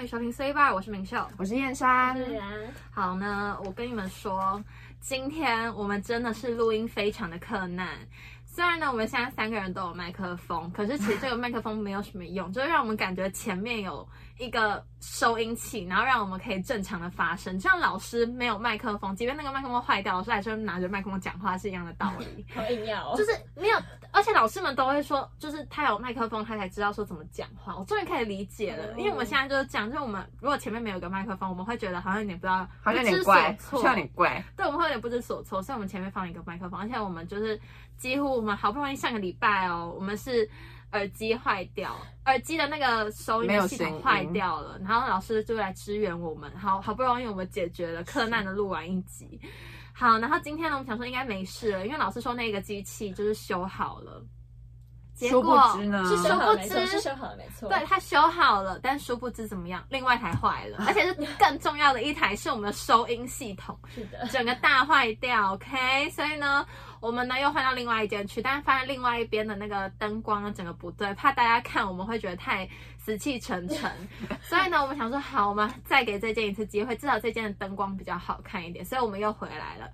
迎收听 C Bar，我是明秀。我是燕山，好呢，我跟你们说，今天我们真的是录音非常的困难。虽然呢，我们现在三个人都有麦克风，可是其实这个麦克风没有什么用，就是让我们感觉前面有一个收音器，然后让我们可以正常的发声。就像老师没有麦克风，即便那个麦克风坏掉，老师还是拿着麦克风讲话是一样的道理。好硬要哦就。是没有，而且老师们都会说，就是他有麦克风，他才知道说怎么讲话。我终于可以理解哦了，因为我们现在就是讲，就是我们如果前面没有一个麦克风，我们会觉得好像有点不知道，好像有不点知怪，所好措像有点怪。对，我们会有点不知所措，所以我们前面放一个麦克风，而且我们就是几乎我们好不容易上个礼拜哦，我们是耳机坏掉，耳机的那个收没有音系声统音坏掉了，然后老师就来支援我们，好好不容易我们解决了柯难的录完一集。好，然后今天呢，我们想说应该没事了，因为老师说那个机器就是修好了，结殊不果知呢是修殊好不了没错，是知修好了没错。对，他修好了，但殊不知怎么样，另外一台坏了，而且是更重要的一台是我们的收音系统。是的， 整个大坏掉，OK，所以呢，我们呢又换到另外一间去，但是发现另外一边的那个灯光呢整个不对，怕大家看我们会觉得太死气沉沉，所以呢，我们想说好，我们再给这件一次机会，至少这件的灯光比较好看一点，所以我们又回来了。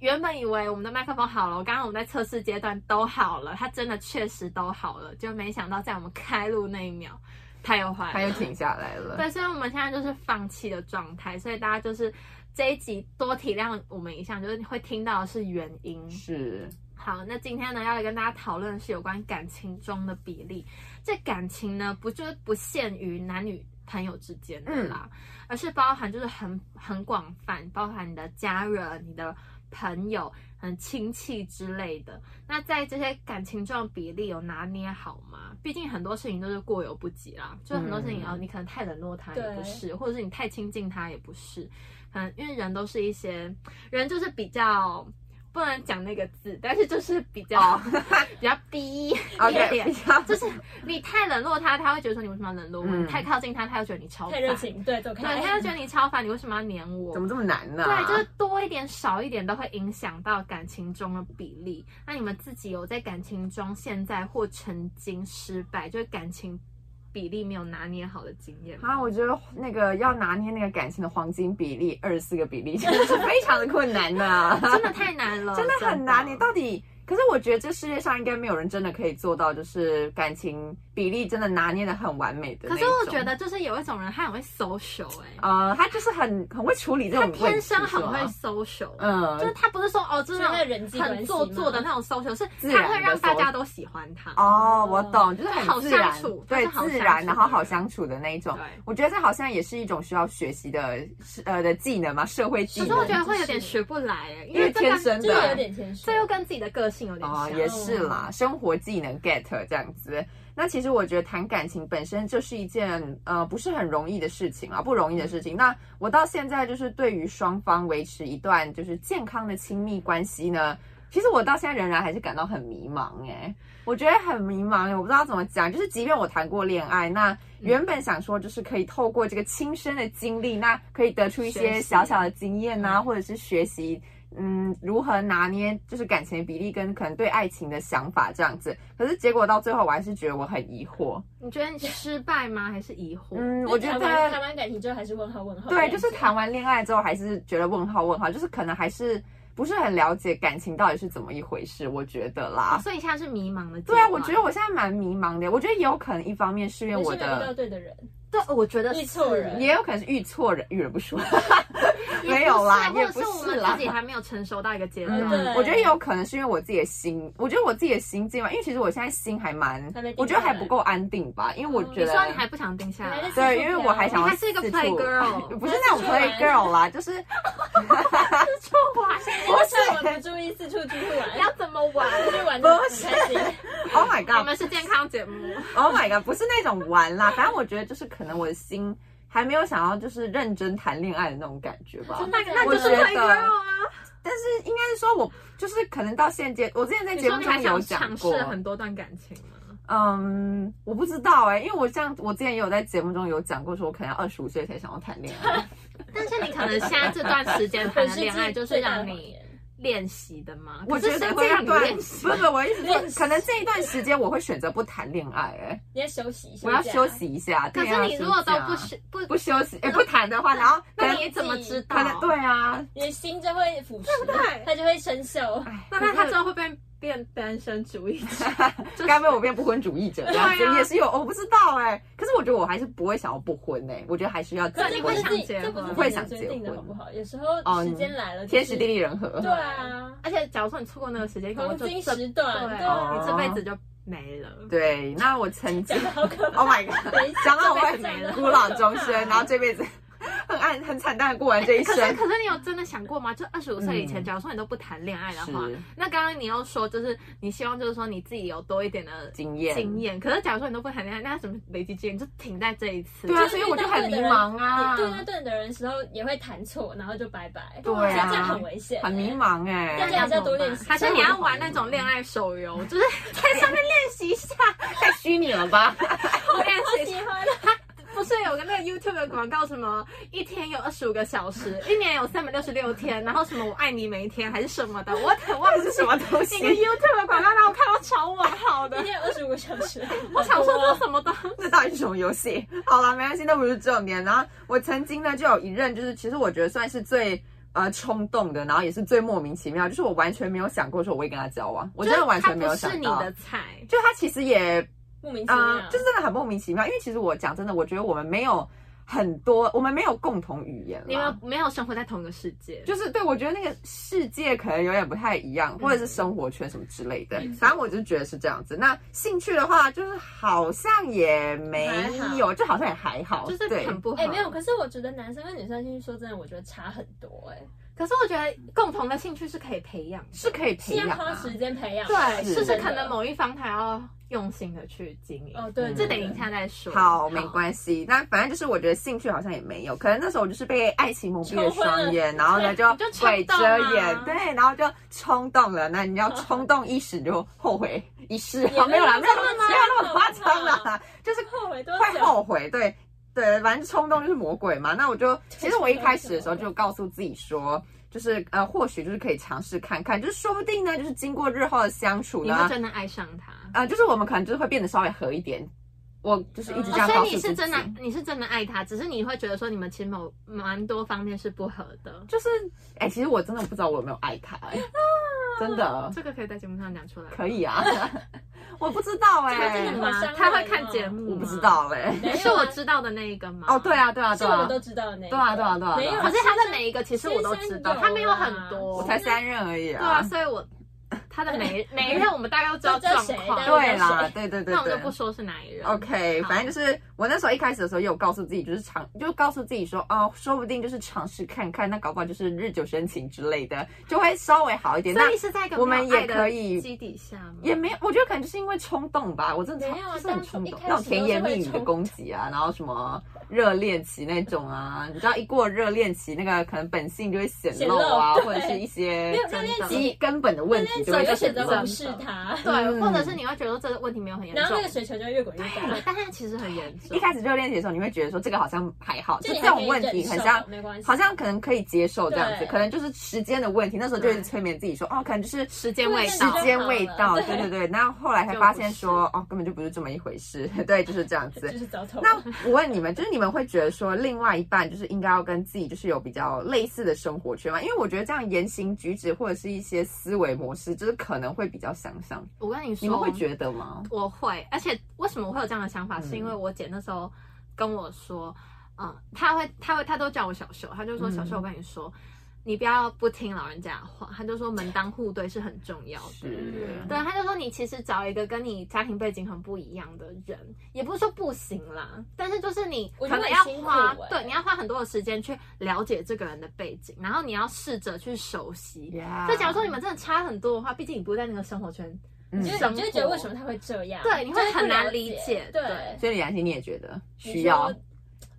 原本以为我们的麦克风好了，刚刚我们在测试阶段都好了，它真的确实都好了，就没想到在我们开录那一秒，它又坏了，他又停下来了。对，所以我们现在就是放弃的状态，所以大家就是这一集多体谅我们一下，就是会听到的是原因。是，好，那今天呢要来跟大家讨论的是有关感情中的比例。这感情呢，不就是不限于男女朋友之间的啦，而是包含就是很很广泛，包含你的家人、你的朋友、嗯亲戚之类的。那在这些感情中的比例有拿捏好吗？毕竟很多事情都是过犹不及啦，就是很多事情嗯啊、哦你可能太冷落他也不对是，或者是你太亲近他也不是，可能因为人都是一些人就是比较。不能讲那个字，但是就是比较、哦 比较低一 OK，点比较就是你太冷落他，他会觉得说你为什么要冷落我？嗯你太靠近他，他又觉得你超烦。太热情，对，走开。对，他又觉得你超烦，你为什么要黏我怎？么这啊么难呢？对，啊就是多一点、少一点都会影响到感情中的比例。那你们自己有在感情中现在或曾经失败，就是感情比例没有拿捏好的经验吗？啊，我觉得那个要拿捏那个感情的黄金比例，二十四 个比例，真的是非常的困难呢。真的太难了，真的很难。你到底，可是我觉得这世界上应该没有人真的可以做到，就是感情比例真的拿捏的很完美的可那一是种。我觉得就是有一种人，他很会 social 哎、呃，他就是很很会处理这他种问题，天生很是会吗 social，、啊嗯，就是他不是说哦，就是就是那那个人际种关系很做吗作的那种 social，是自他然会的让大 social 家都喜欢他。哦，我嗯懂，就是好很自相然，处对，就是好自相然，处然后好相处的那一种对。我觉得这好像也是一种需要学习的，是呃的技能嘛，社会技可能。是我觉得会有点学不来、欸，因因为这个天生就是有的，点嗯谦虚。这又跟自己的个性有点哦像，，嗯也是啦，生活技能 get 这样子。那其实我觉得谈感情本身就是一件呃不是很容易的事情啦，不容易的事嗯情。那我到现在就是对于双方维持一段就是健康的亲密关系呢，其实我到现在仍然还是感到很迷茫诶、我觉得很迷茫、欸，我不知道怎么讲。就是即便我谈过恋爱，嗯那原本想说就是可以透过这个亲身的经历，那可以得出一学些习小小的经验呐、嗯或者是学习。嗯，如何拿捏就是感情的比例跟可能对爱情的想法这样子，可是结果到最后我还是觉得我很疑惑。你觉得你失败吗？还是疑惑？嗯，就是我觉台湾得台湾感情就还是问号问号。对，就是谈完恋爱之后还是觉得问号问号，就是可能还是不是很了解感情到底是怎么一回事，我觉得哦啦。所以你现在是迷茫的阶段。对啊，我觉得我现在蛮迷茫的。我觉得也有可能一方面是因为你我是没有遇到的，对的人，对，我觉得遇是错人也有可能是遇错人，遇人不淑。也不没有啦是或者也不是我是们啦嗯自己还没有成熟到一个阶段。对我觉得也有可能是因为我自己的心，我觉得我自己的心境吧，因为其实我现在心还蛮还没定，我觉得还不够安定吧，因为我觉嗯你得。说你还不想定下你还来在，对，因为我还想要你还是一个四处 play girl 不是那种 play girl 啦，就是出玩，我趁我不注意四处出去玩，要怎么玩？出去玩的很开心。 Oh my 我 god，Oh 们是健康节目， my god，不是那种玩啦，反正我觉得就是可能我的心还没有想要就是认真谈恋爱的那种感觉吧。真的那那你我就是觉得 play girl 啊。但是应该是说我就是可能到现阶，我之前在你节说目你上还有想讲尝过试，很多段感情吗？嗯，我不知道哎、因为我像我之前也有在节目中有讲过，说我可能二十 五岁才想要谈恋爱。但是你可能现在这段时间谈本的世恋爱，纪就是最大让的谎你言练习的吗？ 我觉可是得谁这会让一你段练习不？是我一直练习可能这一段时间我会选择不谈恋爱、哎，你要休息一下，我要休。息一下。可对啊是你如果都不休息是不啊不休息，哎、不谈的话，然后 那可你能怎么知道可？能对啊，你的心就会腐蚀，对它就会生锈。哎， 那那他之后会变变单身主 义者？就是该不会我变不婚主义者这样子、对啊也是有，我不知道哎、可是我觉得我还是不会想要不婚哎、我觉得还是要结可是这不婚是。自己，结婚这不是不会自己想决结定的婚好不好？有时候哦时你间来了，天时地利人就和是。对啊，而且假如说你错过那个时间，可能黄就金这时对，哦段，对啊，你这辈子就没了。对，那我曾经讲的好可怕。 ，Oh my god，等一下讲到我这辈会子没了孤老终生，然后这辈子很暗很惨淡的过完这一哎可是生。可是你有真的想过吗？就二十五岁以前，嗯假如说你都不谈恋爱的话，是那刚刚你又说就是你希望就是说你自己有多一点的经验，经验，可是假如说你都不谈恋爱，那怎么累积经验？就停在这一次。对就啊，是所以我就很迷茫啊，你对那对的人时候也会弹错，然后就拜拜。对这样啊很，危险，欸很迷。茫哎、大家还是要多练习还是你要玩那种恋爱手游， 就是在上面练习一下，太虚拟了吧？练习我一喜 下。欢啊了，不是有个那个 YouTube 的广告，什么一天有二十五个小时，一年有三百六十六天，然后什么我爱你每一天还是什 么的，我很 忘这记是什么东一西个？YouTube 的广告，然后我看到超我好的一，天有二十五个小 时。 我想说这什么东这到底是什么游戏？好了，没关系，那不是重点。然后我曾经呢，就有一任，就是其实我觉得算是最呃冲动的，然后也是最莫名其妙，就是我完全没有想过说我会跟他交往，我真的完全没有就是它想不是你到的。菜，就他其实也莫名其呃妙，，就是真的很莫名其妙，因为其实我讲真的，我觉得我们没有很多，我们没有共同语言啦，你们没有生活在同一个世界。就是对我觉得那个世界可能有点不太一嗯样，或者是生活圈什么之类的。反正我就觉得是这样子。那兴趣的话，就是好像也没有，就好像也还好，就是哦对。很不合，哎、没有，可是我觉得男生跟女生兴趣，说真的，我觉得差很多、哎，可是我觉得共同的兴趣是可以培养的，是可以是培要养、花啊，时间培养，对，是就是真的可能某一方他要用心的去经营。哦，对，嗯这这等一下再说。好，没关系。那反正就是我觉得兴趣好像也没有，可能那时候我就是被爱情蒙蔽了双眼，然后呢就你就冲鬼动遮啊眼，对，然后就冲动了。那你要冲动一时就后悔一世，也没有啦，没没有有那么没有那么夸张好不啦，就是后悔多会久？后悔，对对，反正冲动就是魔鬼嘛。那我就其实我一开始的时候就告诉自己说，就是呃，或许就是可以尝试看看，就是说不定呢，就是经过日后的相处你会呢，真的爱上他。呃，就是我们可能就是会变得稍微合一点。我就是一直哦这样嗯告所诉以自你己，是真的，你是真的爱他，只是你会觉得说你们其实某蛮多方面是不合的。就是哎、其实我真的不知道我有没有爱他、哎，啊真的这个可以在节目上讲出来。可以啊， 我不知道哎、这个真的吗好伤人哦？他会看节目吗我不知。道哎、没有啊是我知道的那一个吗？哦，对。啊，对啊，是对我们啊，都知道的那一个，对啊对啊对啊没对有，啊可是他的每一个其实我都知道，先生有啊他没有很多。我才三任而已对啊，所以我他的 每每一任我们大概都知道状况。都知道谁对啦，对对对对，那我们就不说是哪一任。 OK，好反正就是我那时候一开始的时候，也有告诉自己，就是尝，就告诉自己说，哦，说不定就是尝试看看，那搞不好就是日久生情之类的，就会稍微好一点。那所以是在一个我们没有爱的也可以基底下吗？也没有，我觉得可能就是因为冲动吧，我真的超没有啊就是很冲动，当那时种甜言蜜语的攻击啊，然后什么热恋期那种啊，你知道一过热恋期，那个可能本性就会显露啊，显露对或者是一没些有热恋期，基根本的问题啊就热会恋期出我现就选择了无。视他，对，嗯或者是你会觉得这个问题没有很严然后重那个，水球就会越滚 越哎大对，但它其实很严重。一开始热恋期的时候，你会觉得说这个好像还好，就就你这还可以种问题忍很受像没关系，好像可能可以接受这样子，对可能就是时间的问题。那时候就一直对催眠自己说，哦，可能就是时时间未时到，间未到，对对对对。那后来才发现说，哦，根本就不是这么一回事， 对，就是这样就子。是早头。那我问你们，就是你们会觉得说，另外一半就是应该要跟自己就是有比较类似的生活圈吗？因为我觉得这样言行举止或者是一些思维模式，就是可能会比较相像。我跟你说，你们会觉得吗？我会，而且为什么我会有这样的想法，嗯是因为我姐那时候跟我说，嗯，她会，她会，她都叫我小秀，她就说嗯小秀，我跟你说，你不要不听老人家的话，她就说门当户对是很重要的。是，对，她就说你其实找一个跟你家庭背景很不一样的人，也不是说不行啦，但是就是你我可觉得能很要辛苦花，欸对，你要花很多的时间去了解这个人的背景，然后你要试着去熟悉。 Yeah 就假如说你们真的差很多的话，毕竟你不在那个生活圈，嗯你就你就会觉得为什么他会这样？对你会就是不很难了理解对对，所以李兰心你也觉得你需说要，。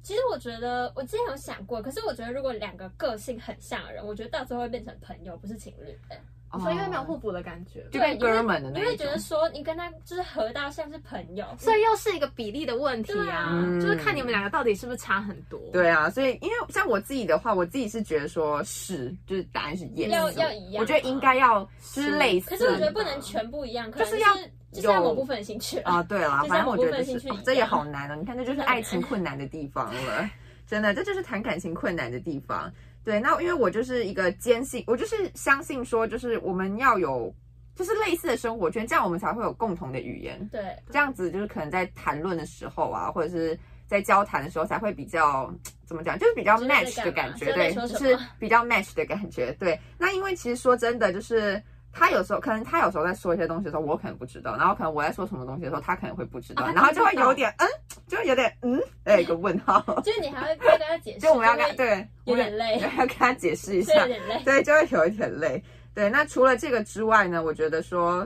其实我觉得，我之前有想过，可是我觉得如果两个个性很像的人，我觉得到最后会变成朋友，不是情侣。哎哦哦所以因为没有互补的感觉，就对跟哥们的你那会一觉种。得说你跟他就是合到像是朋友，嗯所以又是一个比例的问题对啊，啊就是看你们两个到底是不是差很多。对啊，所以因为像我自己的话，我自己是觉得说是，就是答案是 yes，要要一样我觉得应该要就是类似，可是我觉得不能全部一样，可能就是是要就是要有某部分的兴趣啊，对了，反就像正我某觉部得分就兴是、趣哦一这也样好难哦。你看，这就是爱情困难的地方了，真的，这就是谈感情困难的地方。对，那因为我就是一个坚信，我就是相信说，就是我们要有就是类似的生活圈，这样我们才会有共同的语言，对，这样子就是可能在谈论的时候啊，或者是在交谈的时候才会比较。怎么讲，就是比较就是在 match 的干感嘛觉，就是对，在说就什是么比较 match 的感觉，对。那因为其实说真的，就是他有时候可能他有时候在说一些东西的时候，我可能不知道，然后可能我在说什么东西的时候，他可能会不知道，啊哦他然后听就不会有到点嗯，就会有点嗯，哎，一个问 号，就是你还会再跟他解释，就我们要跟会对，有点我们 累要跟他解释一所以下有，点累。 对，就会有一点累。对，那除了这个之外呢，我觉得说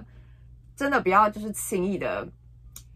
真的不要就是轻易的，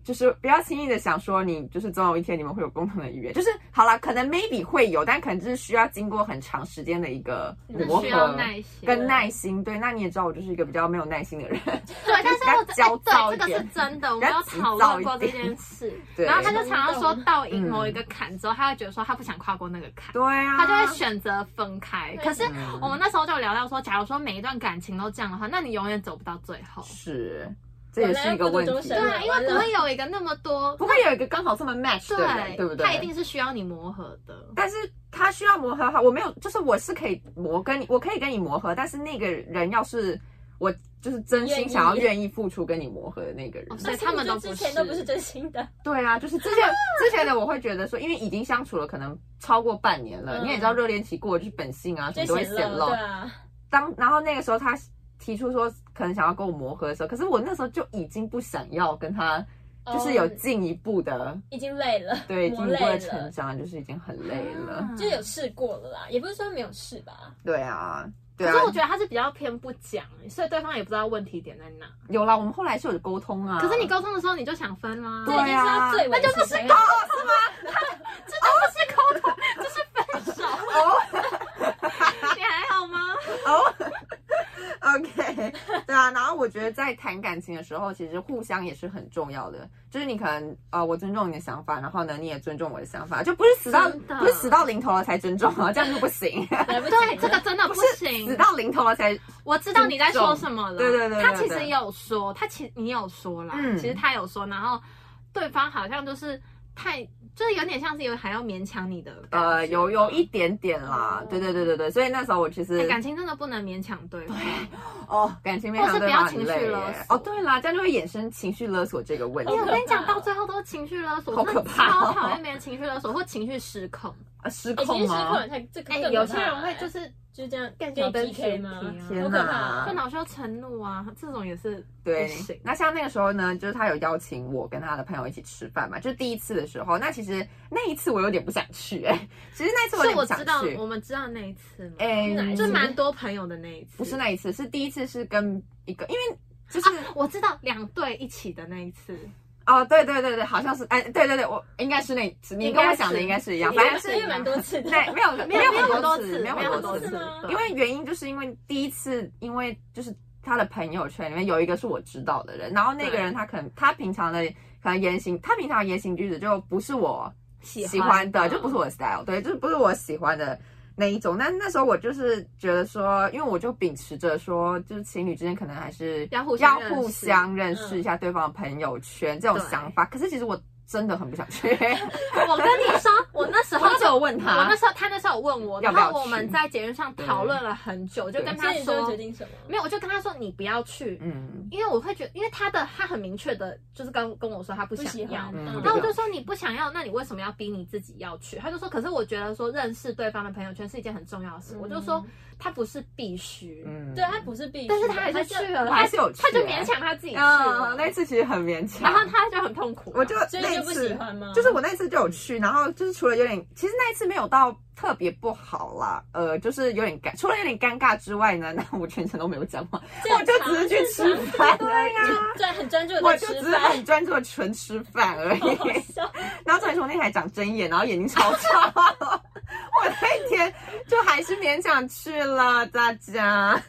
就是不要轻易的想说你就是总有一天你们会有共同的语言，就是好啦，可能 maybe 会有，但可能就是需要经过很长时间的一个嗯磨需要合。耐心，跟耐心，对，那你也知道我就是一个比较没有耐心的人，对，但是我比较焦躁哎对，这一个是点，真的，我比们较有急讨躁论一过这点件 事。对，然后他就常常说冲动到赢某一个坎之后，他会觉得说他不想跨过那个坎，嗯对啊，他就会选择分开。对可是嗯我们那时候就有聊到说，假如说每一段感情都这样的话，那你永远走不到最后。是，这也是一个问本来要过度终题身对，啊，因为不会有一个那么多，不会有一个刚好这么 match 的人，对不对？他一定是需要你磨合的。但是他需要磨合好，我没有，就是我是可以磨跟你，我可以跟你磨合，但是那个人要是我就是真心想要愿意愿意付出跟你磨合的那个人，哦所以而且他们我觉都得不之前是都不是真心的， 对啊，就是之前之前的我会觉得说，因为已经相处了可能超过半年了，嗯你也知道热恋期过了就是本性啊，什就么都会显显露，露对。啊，当然后那个时候他提出说可能想要跟我磨合的时候，可是我那时候就已经不想要跟他。就是有哦进一步的已经累了，对进磨一步累的了，成长，就是已经很累了。嗯就有试过了啦，也不是说没有试吧，对啊，对可啊。是我觉得他是比较偏不讲，所以对方也不知道问题点在哪。有啦，我们后来是有沟通啊。可是你沟通的时候你就想分啦，对这已经是啊他最那就不是哦，是吗？这就不是沟通，这是分手。哦你还好吗？哦，OK，对啊。然后我觉得在谈感情的时候，其实互相也是很重要的。就是你可能呃，我尊重你的想法，然后呢，你也尊重我的想法，就不是死到真的不是死到临头了才尊重啊，这样就不行。 来不及对，了这个真的不 死行。到临头了才我知道你在说什么了。对对对对他其实有说，他其你有说啦，嗯其实他有说，然后对方好像就是太，就是有点像是有还要勉强你的感觉呃有有一点点啦哦。对对对对对，所以那时候我其哎实感情真的不能勉强对方。哦感情非常或是对不要方很情绪累勒耶索哦，对啦，这样就会衍生情绪勒索这个问题哎、好我可跟你讲，怕哦到最后都是情绪勒索，好可怕哦我真的超讨厌别人情绪勒索或情绪失控。啊，失已经控失控吗了，？他这个哎、更可怕有些人会就是就这样更可以挑灯 PK 选吗题啊？天好可哪怕！更恼羞成怒啊，这种也是对不行，那像那个时候呢，就是他有邀请我跟他的朋友一起吃饭嘛，就是第一次的时候。那其实那一次我有点不想去、哎，其实那一次是有点我知不想道去。我们知道那一次吗？哎、哪一就次蛮多朋友的那一次，不是那一次，是第一次是跟一个，因为就是、我知道两队一起的那一次，哦，对对对对，好像是，哎，对对对，我应该是那，你应跟该我是想的应该是一样，因反为正是因为蛮多次的，对，没有没有有很很多次，没有没有很很多多次次，吗对因为原因就是因为第一次，因为就是他的朋友圈里面有一个是我知道的人，然后那个人他可能他平常的可能言行，他平常的言行举止就不是我喜喜欢嗯的，就不是我的 style，对，就是不是我喜欢的。那一种，那那时候我就是觉得说，因为我就秉持着说，就是情侣之间可能还是要互要相认识互相认识一下对方的朋友圈、这种对想法。可是其实我真的很不 想去， 我跟你说，我那时我候那时就候问他，我那时候他那时候有问我，要然不要后我去们在节目上讨论了很久，就对跟 所他以你最后说决，定什么？没有，我就跟他说你不要去，嗯，因为我会觉得，因为他的他很明确的，就是跟跟我说他不不喜想要欢，。嗯嗯然后我就说你不想要，那你为什么要逼你自己要去？他就说，可是我觉得说认识对方的朋友圈是一件很重要的事。我就说他不是必须，嗯，对他不是必须的，但是他还是他去了，我还是有去他就欸勉强他自己去嗯，了，那次其实很勉强。然后他就很痛苦啊。我就所以那你一就不喜次，欢嗯吗？就是我那次就有去，然后就是除了有点，其实那一次没有到特别不好啦，呃，就是有点尴，除了有点尴尬之外呢，那我全程都没有讲话，正我就只是去吃饭而已，专很专注我的就吃只是饭，很专注的纯吃饭而 已。好好笑。然后重点是我那天还长针眼，然后眼睛超差，我那一天就还是勉强去了，大家。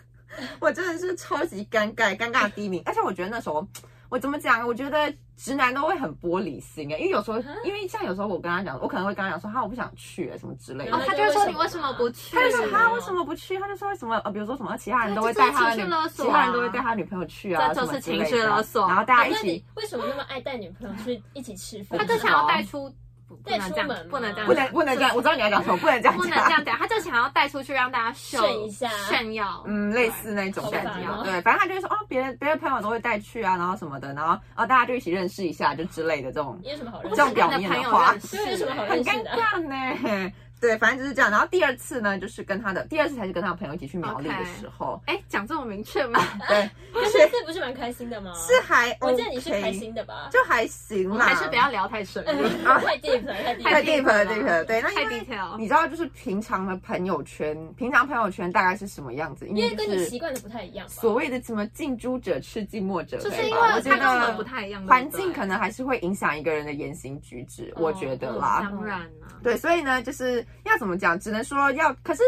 我真的是超级尴尬，尴尬第一名。而且我觉得那时候，我怎么讲？我觉得直男都会很玻璃心哎、因为有时候，嗯因为像有时候我跟他讲，我可能会跟他讲说，哈，我不想去、欸什么之类的。哦，他就会说你为什么不去？他就说是他为什么不去？他就说为什么？呃，比如说什么，其他人都会带他的女这就是情绪勒，索啊其他人都会带他女朋友去这啊，就是什么之类的情绪勒索然 后大家一那你起，为什么那么爱带女朋友去一起吃饭？啊他就想要带出，不不带能出这样门吗，不能这样，不能不能这样。我知道你要讲什么，不能这样不能讲这样讲，他就想要带出去让大家秀炫一下炫耀。嗯，类似那种感对觉吧，好对，反正他就会说，哦，别人别的朋友都会带去啊，然后什么的，然后哦，大家就一起认识一下，就之类的这种，有什么好不认识这想样跟表你的面朋的友话 认识对有什么好欸很 认识尴的尬呢。 对，反正就是这样。然后第二次呢，就是跟他的第二次才是跟他朋友一起去苗栗的 OK 时候哎，讲这么明确吗？对，可是这不是蛮开心的吗？是还我记得你是开 OK，心的吧？就还行我啦，还是不要聊太深入。 啊太 deep 了，太 deep 太太了。 deep deep 了了，deep 了。对，那太因为 detail 你知道，就是平常的朋友圈，平常朋友圈大概是什么样子？因因为就跟你是习惯的不太一样吧。所谓的什么近朱者赤，近墨者黑就吧。是因我为觉他跟我们得不太一样，环境可能能还是会影响一个人的言行举止，哦我觉嗯得啊啦。当然啦，对，所以呢，就是要怎么讲，只能说要，可是。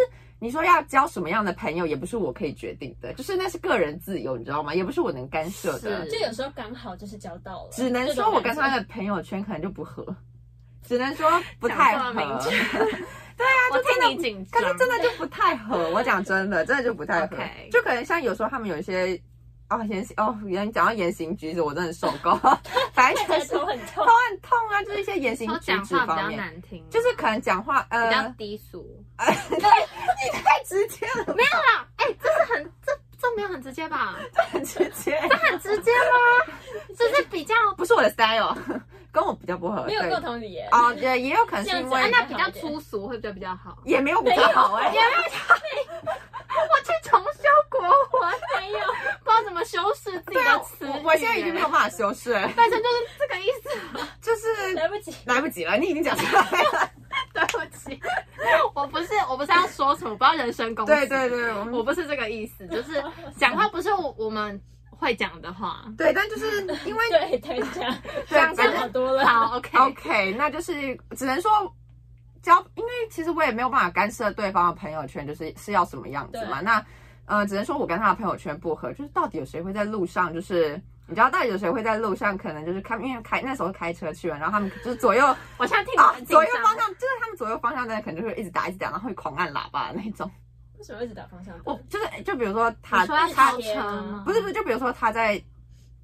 你说要交什么样的朋友，也不是我可以决定的，就是那是个人自由，你知道吗？也不是我能干涉的是，就有时候刚好就是交到了，只能说我跟他的的朋友圈可能就不合，只能说不太讲这合么。明确我就真的替你紧 可张，是真的就不太合，我讲真的，真的就不太合 OK 就可能像有时候他们有一些哦言行哦，原来讲到言行举止，我真的受够， 反正就是头很痛头。很痛啊，就是一些言行说举讲止话比方较面，难听，就是可能讲话比较呃低俗。太直接了，没有啦，哎，这是很这这没有很直接吧？很直接，很直接 吗？这是比较不是我的 style，跟哦 我比较不合，没有对共同语言，哦，也也有可能是因这啊，样为子那比较粗俗会不会比较好？也没有比较好哎、我去重修 国文，没有，不知道怎么修饰自己对啊的词语我我现在已经没有，办法修饰了，但是就是这个意思。就是来不及。来不及了，你已经讲出来了， 对不起，我不是我不是要说什么，不要人身攻击。对对对，我们我不是这个意思，就是讲话不是我我们会讲的话。对，但就是因为对，对，这样 对讲反这样正好多了。好，OK， OK，那就是只能说交，因为其实我也没有办法干涉对方的朋友圈，就是是要什么样子嘛。那呃，只能说我跟他的朋友圈不合，就是到底有谁会在路上，就是你知道，到底有谁会在路上，可能就是看，因为开那时候开车去了，然后他们就是 左右啊，我现在听得很紧左右张方。向，就是他们左右方向的人可能就会一直打，一直打，然后会狂按喇叭的那种。为什么一直打方向我灯？就是就比如说他你说要他超车吗？不是不是，就比如说他在。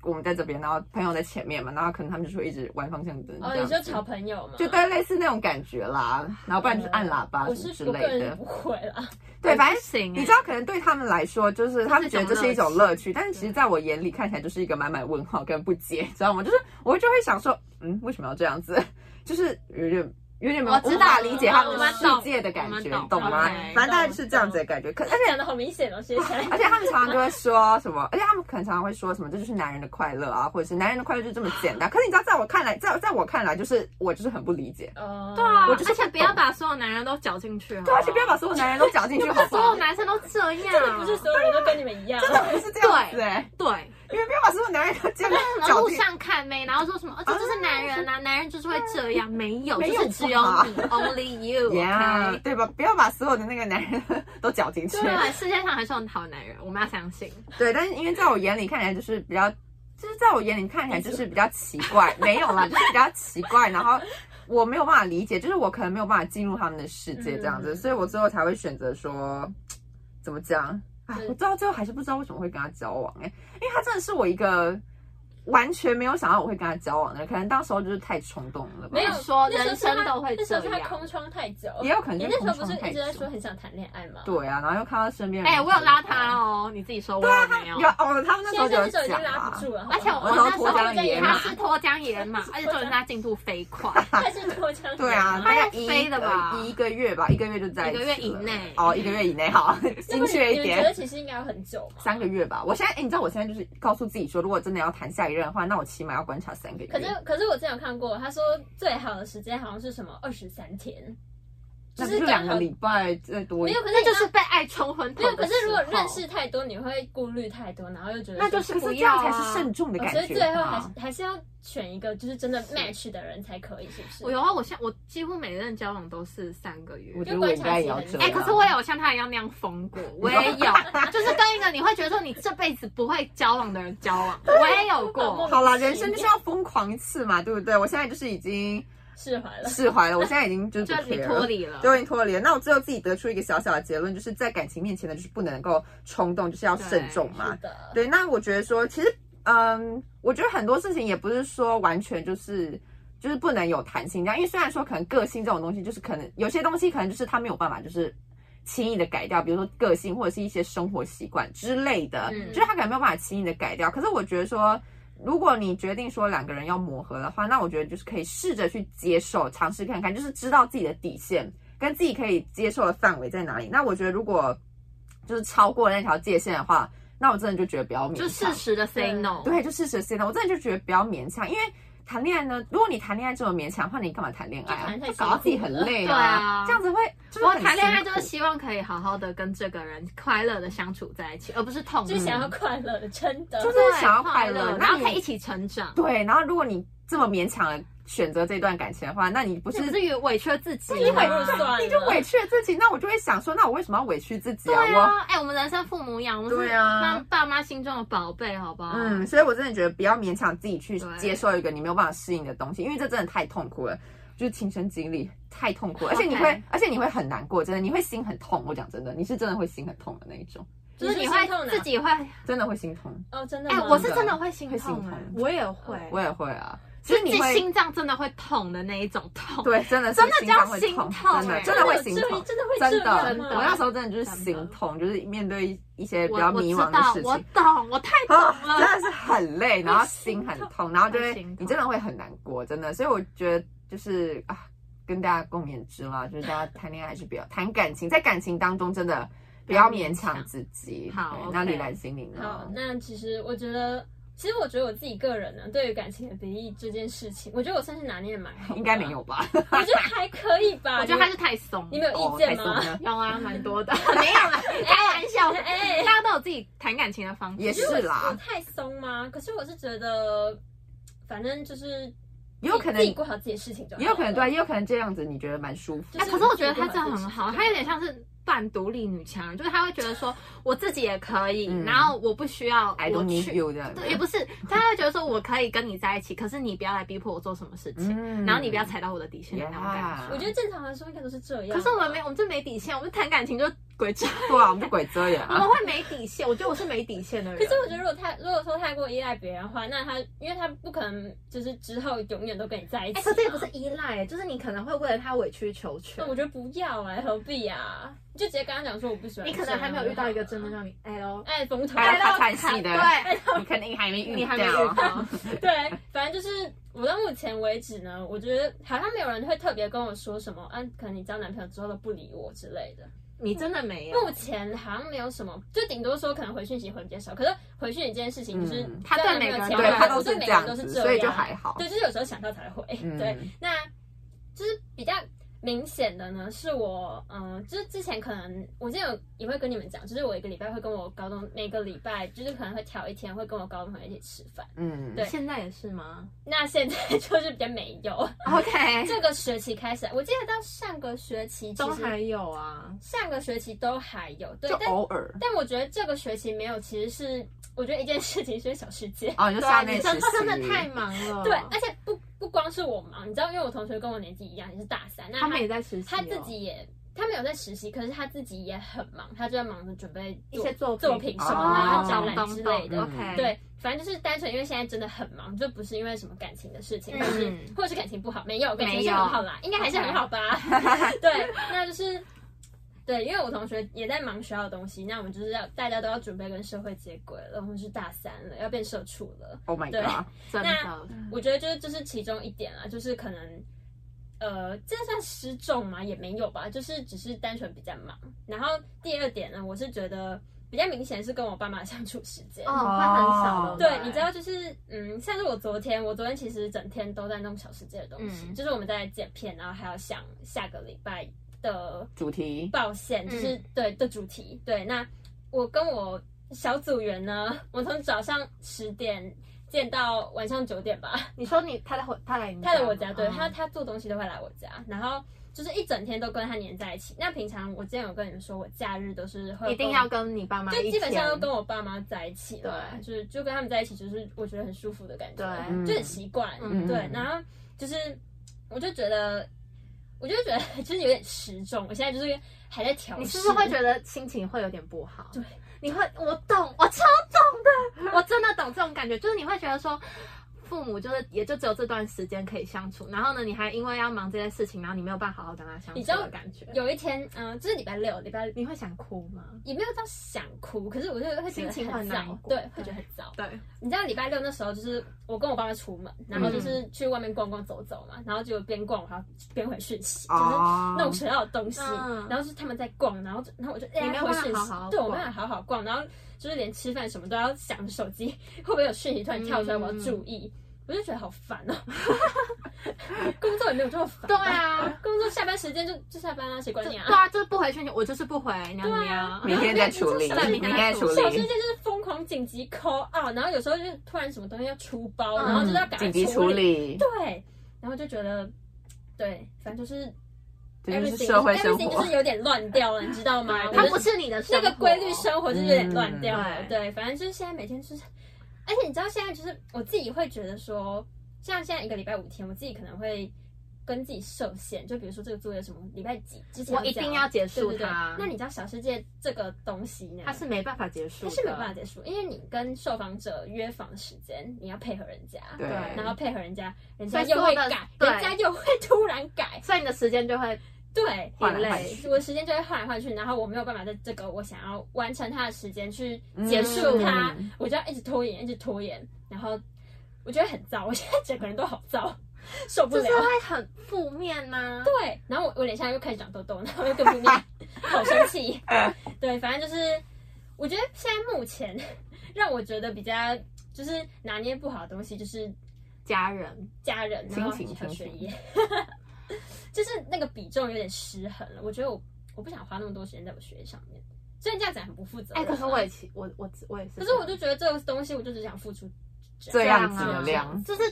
我们在这边，然后朋友在前面嘛，然后可能他们就会一直玩方向灯。哦，这样你说子吵朋友吗？就对，类似那种感觉啦。然后不然就是按喇叭嗯我什么是之我个类人是的。不会啦，对，反正正你知道，可能对他们来说，就是他们觉得这是一种乐趣，但是趣其实在我眼里看起来就是一个满满问号跟不解，知道吗？就是我就会想说，嗯，为什么要这样子？ 就是有点。有点没有我知无法道理解他们我的们世懂界的感我们觉，懂懂吗 OK，？反正大概是这样子的感觉。可而且啊讲的好明显哦，谢谢。 而且他们常常就会说什么，而且他们可能常常会说什么，这就是男人的快乐啊，或者是男人的快乐就这么简单。可是你知道，在我看来，在在我看来，就是我就是很不理解。哦，对啊，我而就是且不要把所有男人都搅进去。对，对而且不要把所有男人都搅进去，好不所好 有？男生都这真的样，不是所有人都跟你们一样。哦真的不是这样子哎、对。你们不要把所有男人都这样什么搅路进。上看妹，然后说什么，哦，这就是男人啊，男人就是会这样，没有，没有就是只有吧你，Only you，OK。呀对吧？不要把所有的那个男人都搅进去。对，啊世界上还是有好男人，我们要相信。对，但是因为在我眼里看起来就是比较，就是在我眼里看起来就是比较奇怪，没有啦，就是比较奇怪，然后我没有办法理解，就是我可能没有办法进入他们的世界这样子，嗯所以我最后才会选择说，怎么讲？哎，对我到最后还是不知道为什么会跟他交往哎、因为他真的是我一个完全没有想到我会跟他交往的人，可能当时候就是太冲动了吧，没有说那时候人是他生都会那时候是这他样。空窗太久，也有可能你是那时空候不窗是太一直在久说。很想谈恋爱吗？对啊，然后又看到身边人，哎、我有拉他，哦，你自己说我啊有没有？有哦，他们那时候就先生那有时候已讲经拉啊不，住了，好不而且我好我然后那时脱缰候野他马是脱缰野马，而且重点是他进度飞快，他是脱缰，对啊，大他概要一飞的吧呃一个月吧，一个月就在一个起月了以内哦，一个月以内好，精确一你们觉得点，其实应该要很久嘛？三个月吧。我现在，哎，你知道我现在就是告诉自己说，如果真的要谈下一任的话，那我起码要观察三个月。可是可是我之前有看过，他说最好的时间好像是什么二十三天，那不是就刚两好个礼拜最多没有，可是那你知就道是被爱冲昏头没有。可的时候。是如果认识太多，你会顾虑太多，然后又觉得那就可是不这要样啊才是慎重的哦感所以觉最后还吧。是还是要选一个就是真的 match 的人才可以，是不是？我有啊，我现我几乎每任交往都是三个月我。觉啊得我就观应察该期也要很哎这久样。哎、可是我也有像他一样那样疯过，我也有，就就是跟一个你会觉得说你这辈子不会交往的人交往。我也 有过，好啦，人生就是要疯狂一次嘛，对不对？我现在就是已经释怀了。释怀了，我现在已经就是就不你 care 脱离了。对，我已经脱离了。那我最后自己得出一个小小的结论，就是在感情面前呢，就是不能够冲动，就是要慎重嘛是。的，对，那我觉得说，其实，嗯，我觉得很多事情也不是说完全就是就是不能有弹性这样，因为虽然说可能个性这种东西，就是可能有些东西可能就是他没有办法就是轻易的改掉，比如说个性或者是一些生活习惯之类的，嗯就是他可能没有办法轻易的改掉。可是我觉得说。如果你决定说两个人要磨合的话，那我觉得就是可以试着去接受，尝试看看，就是知道自己的底线跟自己可以接受的范围在哪里。那我觉得如果就是超过那条界限的话，那我真的就觉得不要勉强。就适时的 say 对 no。对，就事实现在，我真的就觉得不要勉强，因为谈恋爱呢，如果你谈恋爱这么勉强的话，你干嘛谈恋爱啊就谈？太就搞到自己很辛累啊，苦了对啊这样子会就是我很谈恋爱辛就是苦希望可以好好的跟这个人快乐的相处在一起，而不是痛苦。就想要快乐的，真的。就是对想要快快乐那然后你可以一起成长。对，然后如果你这么勉强的选择这段感情的话，那你不是你不是委屈了自己吗，啊你委屈算了，你就委屈了自己？那我就会想说，那我为什么要委屈自己对我啊，哎、我们人生父母养，我们对是啊妈爸妈心中的宝贝，好不好？嗯，，所以我真的觉得不要勉强自己去啊对接受一个你没有办法适应的东西，因为这真的太痛苦了，就是亲身经历太痛苦了，而且你会 OK 而且你会很难过，真的，你会心很痛。我讲真的，你是真的会心很痛的那一种，就是你会自己会，哎、真的会心痛。啊哦，真哎的吗？我是真的会心会心痛、痛哎，我也会我也会啊，就是你自己会心脏真的会痛的那一种痛。对，真的是真的心脏叫会心痛，痛真的哎真的会心真的痛会。真的会真这样啊的吗，真的我那时候真的就是心真的痛，就是面对一些比我较我迷知惘的道事，我情，懂，我太懂啊，了。真的是很累，然后心很痛，然后就会会心你痛真的会很难过，真的。所以我觉得就是啊，跟大家共勉之啦，就是大家谈恋爱还是不要谈感情，在感情当中真的不要勉强自己。 好对 OK 那李兰心里呢好，？那其实我觉得，其实我觉得我自己个人呢，对于感情的比例这件事情，我觉得我算是拿捏的蛮 好。应该没，有吧？我觉得还可以吧。我觉得还是太松。你们有哦意，太见松吗？ 了， 有啊，蛮多 的，没有啦， 开玩笑。哎大家都有自己谈感情的方式。也我觉是得我我啦，太松吗？可是我是觉得，反正就是也有可能，自己也过好自己的事情就好了有可能对啊，也有可能这样子你觉得蛮舒服就哎、是可是我觉得她这样很好，她有点像是半独立女强人，就是她会觉得说我自己也可以，嗯然后我不需要，I 我 don't need 去， you 这样子对，也不是，她会觉得说我可以跟你在一起，可是你不要来逼迫我做什么事情，嗯然后你不要踩到我的底线的那种感觉。呀我觉得正常来说应该都是这样。可是我们没，，我们这没底线，我们谈感情就鬼扯，对啊，我们就鬼遮眼 我们啊。会没底线。我觉得我是没底线的人。可是我觉得，如果太如果说太过依赖别人的话，那他因为他不可能就是之后永远都跟你在一起啊哎、嘛。可这也不是依赖，就是你可能会为了他委曲求全那。我觉得不要哎、何必啊？ 你就直接跟他讲说我不喜欢。你可能还没有遇到一个真的让你哎喽，爱风头。爱到叹气的对，啊你肯定还没遇你还没遇到，到。 对，反正就是我到目前为止呢，我觉得好像没有人会特别跟我说什么，啊，可能你交男朋友之后都不理我之类的。你真的没有目。前好像没有什么，就顶多说可能回讯息回比较少，可是回讯息这件事情就是嗯他对交男每朋友个人都对前会他我都对是这每个人样都是子，这样，所以就还好。对，就是有时候想到才会回。嗯对，那就是比较明显的呢，是我嗯、呃就是之前可能我之前有也会跟你们讲，就是我一个礼拜会跟我高中每个礼拜就是可能会挑一天会跟我高中朋友一起吃饭。嗯，对现在也是吗那现在 就是比较没有， ？OK，这个学期开始，我记得到上个学期其都还实有啊。上个学期都还有，对就，但偶尔但我觉得这个学期没有，其实是我觉得一件事情是小 世界。哦，你就对校你内真实习，真的太忙了。对，而且不不光是我忙，你知道，因为我同学跟我年纪一样，也是大三，那他们也在实习哦，他自己也，他没有在实习，可是他自己也很忙，他就在忙着准备一些作作品什哦么的，然后懂展览之类的。懂，OK，，对，反正就是单纯因为现在真的很忙，就不是因为什么感情的事情，嗯或是或者是感情不好，没有，感情没是有很好啦，应该还是很好 吧。 对，那就是。对，因为我同学也在忙学校的东西，那我们就是要大家都要准备跟社会接轨了，我们是大三了，要变社畜了。 Oh my 对 god！真那的。我觉得就是这、是其中一点啊，就是可能，呃，这算失重吗？也没有吧，就是只是单纯比较忙。然后第二点呢，我是觉得比较明显是跟我爸妈相处时间。哦，会很少的。对，你知道就是，嗯，像是我昨天，我昨天其实整天都在弄小世界的东西，嗯就是我们在剪片，然后还要想下个礼拜的主题报线，嗯就是、对的主题。对，那我跟我小组员呢，我从早上十点见到晚上九点吧，你说你他来回他来你他来我家，对吗哦他他做东西都会来我家，然后就是一整天都跟他黏在一起。那平常我之前有跟你们说，我假日都是会一定跟要跟你爸妈就一啊基本上都天跟我爸妈在一起嘛，对就是就跟他们在一起，就是我觉得很舒服的感觉，对就很习惯，嗯对嗯。然后就是我就觉得，我就觉得 就是有点失重，我现在就是还在调试。你是不是会觉得心情会有点不好？对，你会，我懂，我超懂的，我真的懂这种感觉，就是你会觉得说。父母就是，也就只有这段时间可以相处，然后呢，你还因为要忙这些事情，然后你没有办法好好跟他相处你知道的感觉，有一天，嗯、就是礼拜六，礼拜你会想哭吗？也没有到想哭，可是我就会觉心得情很很难糟，过对对，会觉得很糟。对，你知道礼拜六那时候就是我跟我爸妈出门，然后就是去外面逛逛走走嘛，然后就边逛我还要边回讯息，就是哦弄学校的东西，嗯然后是他们在逛，然后就然后我就哎你没有回办法讯息，好好对我逛没有办法好好逛，然后就是连吃饭什么都要想着手机会不会有讯息突然跳出来，嗯我要注意。我就觉得好烦哦、 工作也没有这么烦。对，啊，工作下班时间就就下班啊，谁管就你啊？对啊，就是不回去，我就是不回，啊娘啊娘。明天再处理，对明天明再天再处处理小世界理，就是疯狂紧急 call out，然后有时候就是突然什么东西要出包，嗯然后就是要赶紧快急处理。理，对，然后就觉得，对，反正就是这就是 everything 社会生 everything 活就。是有点乱掉了，你知道吗？它我就不是你的啊那生活个规律生活就是有点乱掉了。嗯对，反正就是现在每天就是，而且你知道现在就是我自己会觉得说，像现在一个礼拜五天，我自己可能会。跟自己设限，就比如说这个作业什么礼拜几之前我一这样定要结束对对对它那你知道小世界这个东西呢？它是没办法结束它的，是没有办法结束，因为你跟受访者约访时间，你要配合人家，对然后配合人家，人所家以又所会有的改，对人家又会突然 改，所以你的时间就会对，换来很换累去我的时间就会换来换去，然后我没有办法在这个我想要完成它的时间去结束它，嗯我就要一直拖延，一直拖延，然后我觉得很糟，我现在整个人都好 糟，受不就了是。会很负面呐、对，然后我我脸上又开始长痘痘，然后又更不面，好生 气。对，反正就是，我觉得现在目前让我觉得比较就是拿捏不好的东西，就是家人，家人，然后亲情还有亲学情业， 就是那个比重有点失衡了。我觉得我我不想花那么多时间在我学业上面，虽然这样讲很不负责哎、任啊。可是我也其我我我也是这可样，是我就觉得这个东西，我就只想付出这样这子样的啊量，就是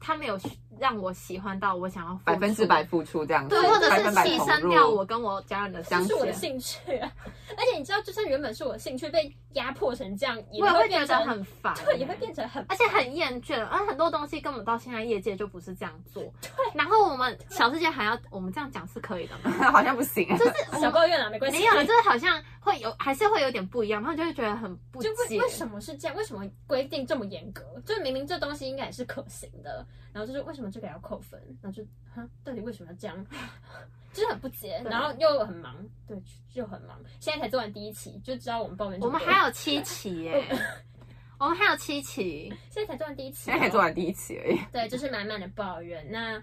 他没有让我喜欢到我想要付出百分之百，付出这样子，对，或者百是分百牺投牲入掉我跟我家人的这相相处是处我的兴趣、啊， 而且你知道，就算原本是我的兴趣被压迫成这样，也我也会会觉变成得很烦、欸对，也会变成很而且很厌倦，而很多东西根本到现在业界就不是这样做。对，然后我们小世界还要，我们这样讲是可以的吗？ 好像不行，啊就是哎我小们抱怨啦，没关系。没有，就是好像会有，还是会有点不一样，然后就会觉得很不就解为。为什么是这样？为什么规定这么严格？就是明明这东西应该也是可行的，然后就是为什么这个要扣分？然后就哈，到底为什么要这样？ 就是很不解，对然后又很忙，对，就就很忙。现在才做完第一期，就知道我们抱怨这我么们多。还有七期耶、我们还有七期，现在才做完第一期，哦现在才做完第一期 而已。对，就是满满的抱怨。那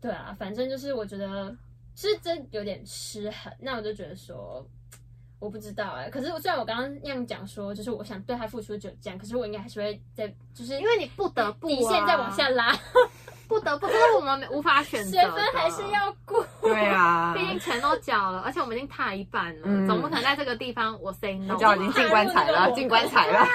对啊，反正就是我觉得是真有点失衡。那我就觉得说，我不知道哎、可是我虽然我刚刚那样讲说，就是我想对他付出就这样，可是我应该还是会在，就是因为你不得不、啊、底线再往下，拉，不得不，这是我们没无法选 择学的分还是。要过。对啊，毕竟钱都缴了，而且我们已经踏一半了，嗯总不可能在这个地方我 say no 我吧。就已经进棺材了，进棺材 了。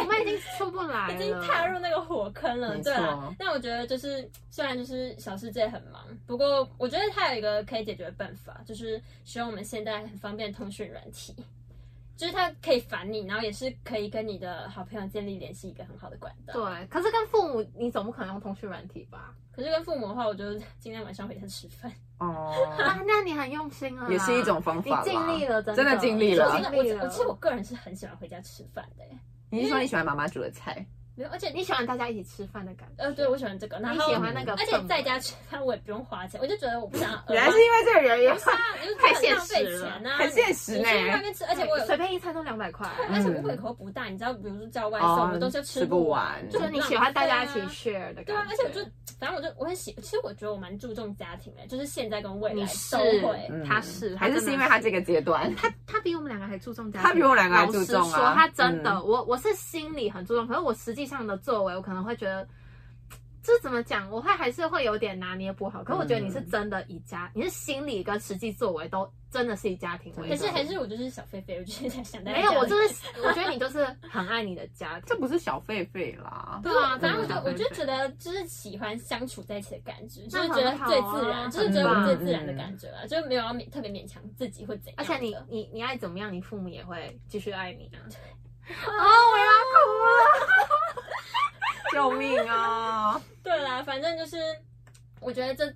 我们已经出不来了，已经踏入那个火坑了，没对啊错。那我觉得就是，虽然就是小世界很忙，不过我觉得它有一个可以解决的办法，就是使用我们现在很方便的通讯软体，就是它可以烦你，然后也是可以跟你的好朋友建立联系一个很好的管道。，对，啊可是跟父母，你总不可能用通讯软体 吧？可是跟父母的话，我就尽量晚上回家吃饭。哦，啊，那你很用心了啦，也是一种方你 法尽力啦。了，真真的尽力了你我尽力我了。其实我个人是很喜欢回家吃饭的耶，你是说你喜欢妈妈煮的菜？没有，而且你喜欢大家一起吃饭的感觉，呃，对我喜欢这个，然你后喜欢那个氛围，而且在家吃饭我也不用花钱，我就觉得我不想要额原外来是因为这个原因不，是啊，就是太很现浪费实了钱啊，很现实你呢去外面吃，而且我有，随便一餐都两百块，而且我嗯胃口不大，你知道，比如说叫外哦送，我东西又吃不不完就就是很你浪喜欢大家一费起啊 share 的感觉。对啊，而且我就反正我就我很喜，其实我觉得我蛮注重家庭的，就是现在跟未来你都是会。嗯他是还是是因为他这个阶段， 他他比我们两个还注重家庭，他比我两个还注重啊老实说，他真的，嗯我我是心里很注重，可是我实际上的作为，我可能会觉得这怎么讲？我会还是会有点拿捏不好。可我觉得你是嗯真的以家，你是心理跟实际作为都真的是以家庭为真还主。的是还是我就是小狒狒，我就是在想待在没有，家里我就是我觉得你就是很爱你的家庭。 这不是小狒狒啦，对啊，反正我真就的我是就觉得就是喜欢相处在一起的感觉，就那是很觉得好最啊自然，就很是觉得我棒最自然的感觉了，就没有要勉特别勉强自己或怎样的。而且你你你爱怎么样，你父母也会继续爱你 啊。哦啊救命啊！对啦，反正就是我觉得这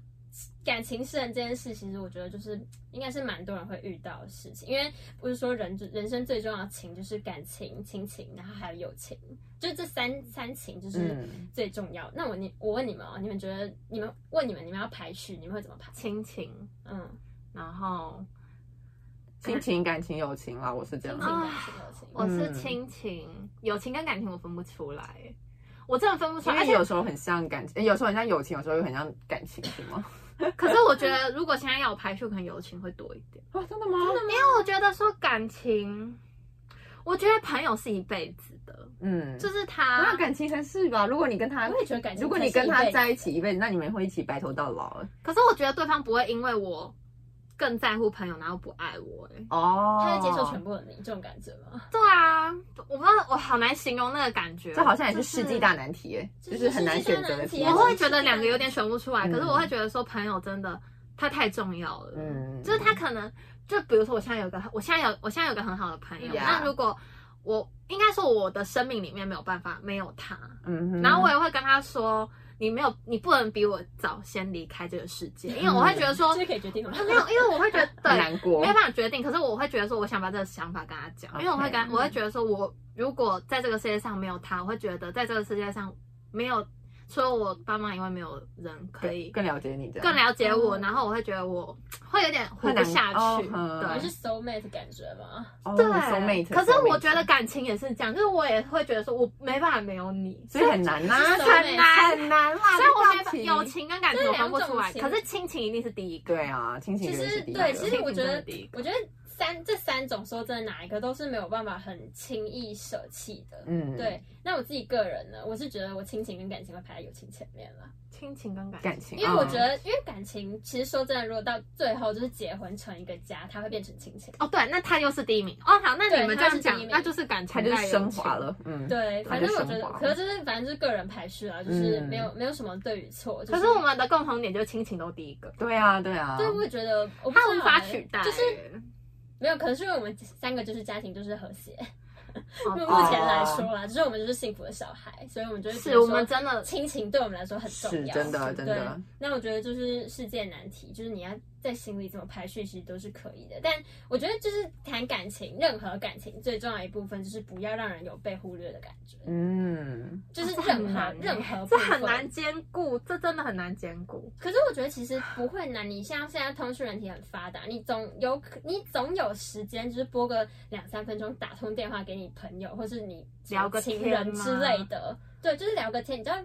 感情世人这件事，其实我觉得就是应该是蛮多人会遇到的事情，因为不是说人人生最重要的情就是感情、亲情，然后还有友情，就这三三情就是嗯，最重要。那我你我问你们哦，你们觉得你们问你们你们要排序，你们会怎么排？亲情，嗯，然后 亲情、感情、友情啦，我是这亲样子。情、感情、友情。我是嗯亲情，友情跟感情我分不出来，欸我真的分不出因来。而为且有时候很像感情，呃有时候很像友情，有时候又很像感情，是吗？可是我觉得，如果现在要我排序，可能友情会多一点，啊，真的吗？因为我觉得说感情，我觉得朋友是一辈子的，嗯，就是他。那感情才是吧？如果你跟他我，也觉得感情才是一辈子，如果你跟他在一起一辈子，那你们会一起白头到老。啊可是我觉得对方不会因为我更在乎朋友，然后不爱我、欸。哦，他会接受全部的你，这种感觉吗？对啊，我不知道，我好难形容那个感觉。哦这好像也就是世纪大难题耶，就就是是很难选择的世纪题大我难目。题啊会觉得两个有点选不出来，嗯可是我会觉得说朋友真的他太重要了，嗯就是他可能就比如说我现在有个我现在有我现在有个很好的朋友， Yeah 那如果我应该说我的生命里面没有办法没有他，嗯哼，然后我也会跟他说。你没有，你不能比我早先离开这个世界，因为我会觉得说哦这，是可以决定的吗？没有，因为我会 觉得嗯很对，难过没有。办法决定，可是我会觉得说，我想把这个想法跟他讲，因为我会 OK，跟他我会觉得说我如果在这个世界上没有他，我会觉得在这个世界上没有除了我爸妈以外，没有人可以更更了解你的，更了解我，嗯然后我会觉得我会有点活会不难下哦去，嗯你们是对。 soul mate 的感觉吗？哦对 soulmate，可是我 soulmate 觉得，感情也是这样，就是我也会觉得说，我没办法没有你，所以很难呐，是很难很难啦。所以我没这道办题友情跟感情这我两分不出来，种情可是亲情一定是第一个，对啊，亲情其永远实是第一对，个其实我觉亲情真的得第一，个我觉得三这三种说真的，哪一个都是没有办法很轻易舍弃的。嗯，对，那我自己个人呢，我是觉得我亲情跟感情会排在友情前面了，啊亲情跟感情感情，因为我嗯觉得，因为感情其实说真的，如果到最后就是结婚成一个家，它会变成亲情。哦，对，那他又是第一名哦。好，那对你们这他是样讲第一，名那就是感它情就是带友升华情了，嗯，对，它反就正我觉升得华，可是就是反正就是个人排序啊，就是嗯没有没有什么对与错。就可是我们的共同点就是亲情都第一个，对啊，对啊，对，我也觉得我不它知无道法欸取代。就是没有，可能是因为我们三个就是家庭就是和谐，哦目前来说啦，就是我们就是幸福的小孩，所以我们就会觉是得我说们真的亲情对我们来说很重是要，真啊的，真的对，那我觉得就是世界难题，就是你要在心里怎么排序，其实都是可以的。但我觉得就是谈感情，任何感情最重要一部分就是不要让人有被忽略的感觉，嗯，就是 这很任何、难欸任何这部分很难。兼顾，这真的很难兼顾。可是我觉得其实不会难，你像现在通讯软体很发达，你总有可你总有时间，就是拨个两三分钟打通电话给你朋友，或是你聊个情天人吗之类的，对，就是聊个天，你知道，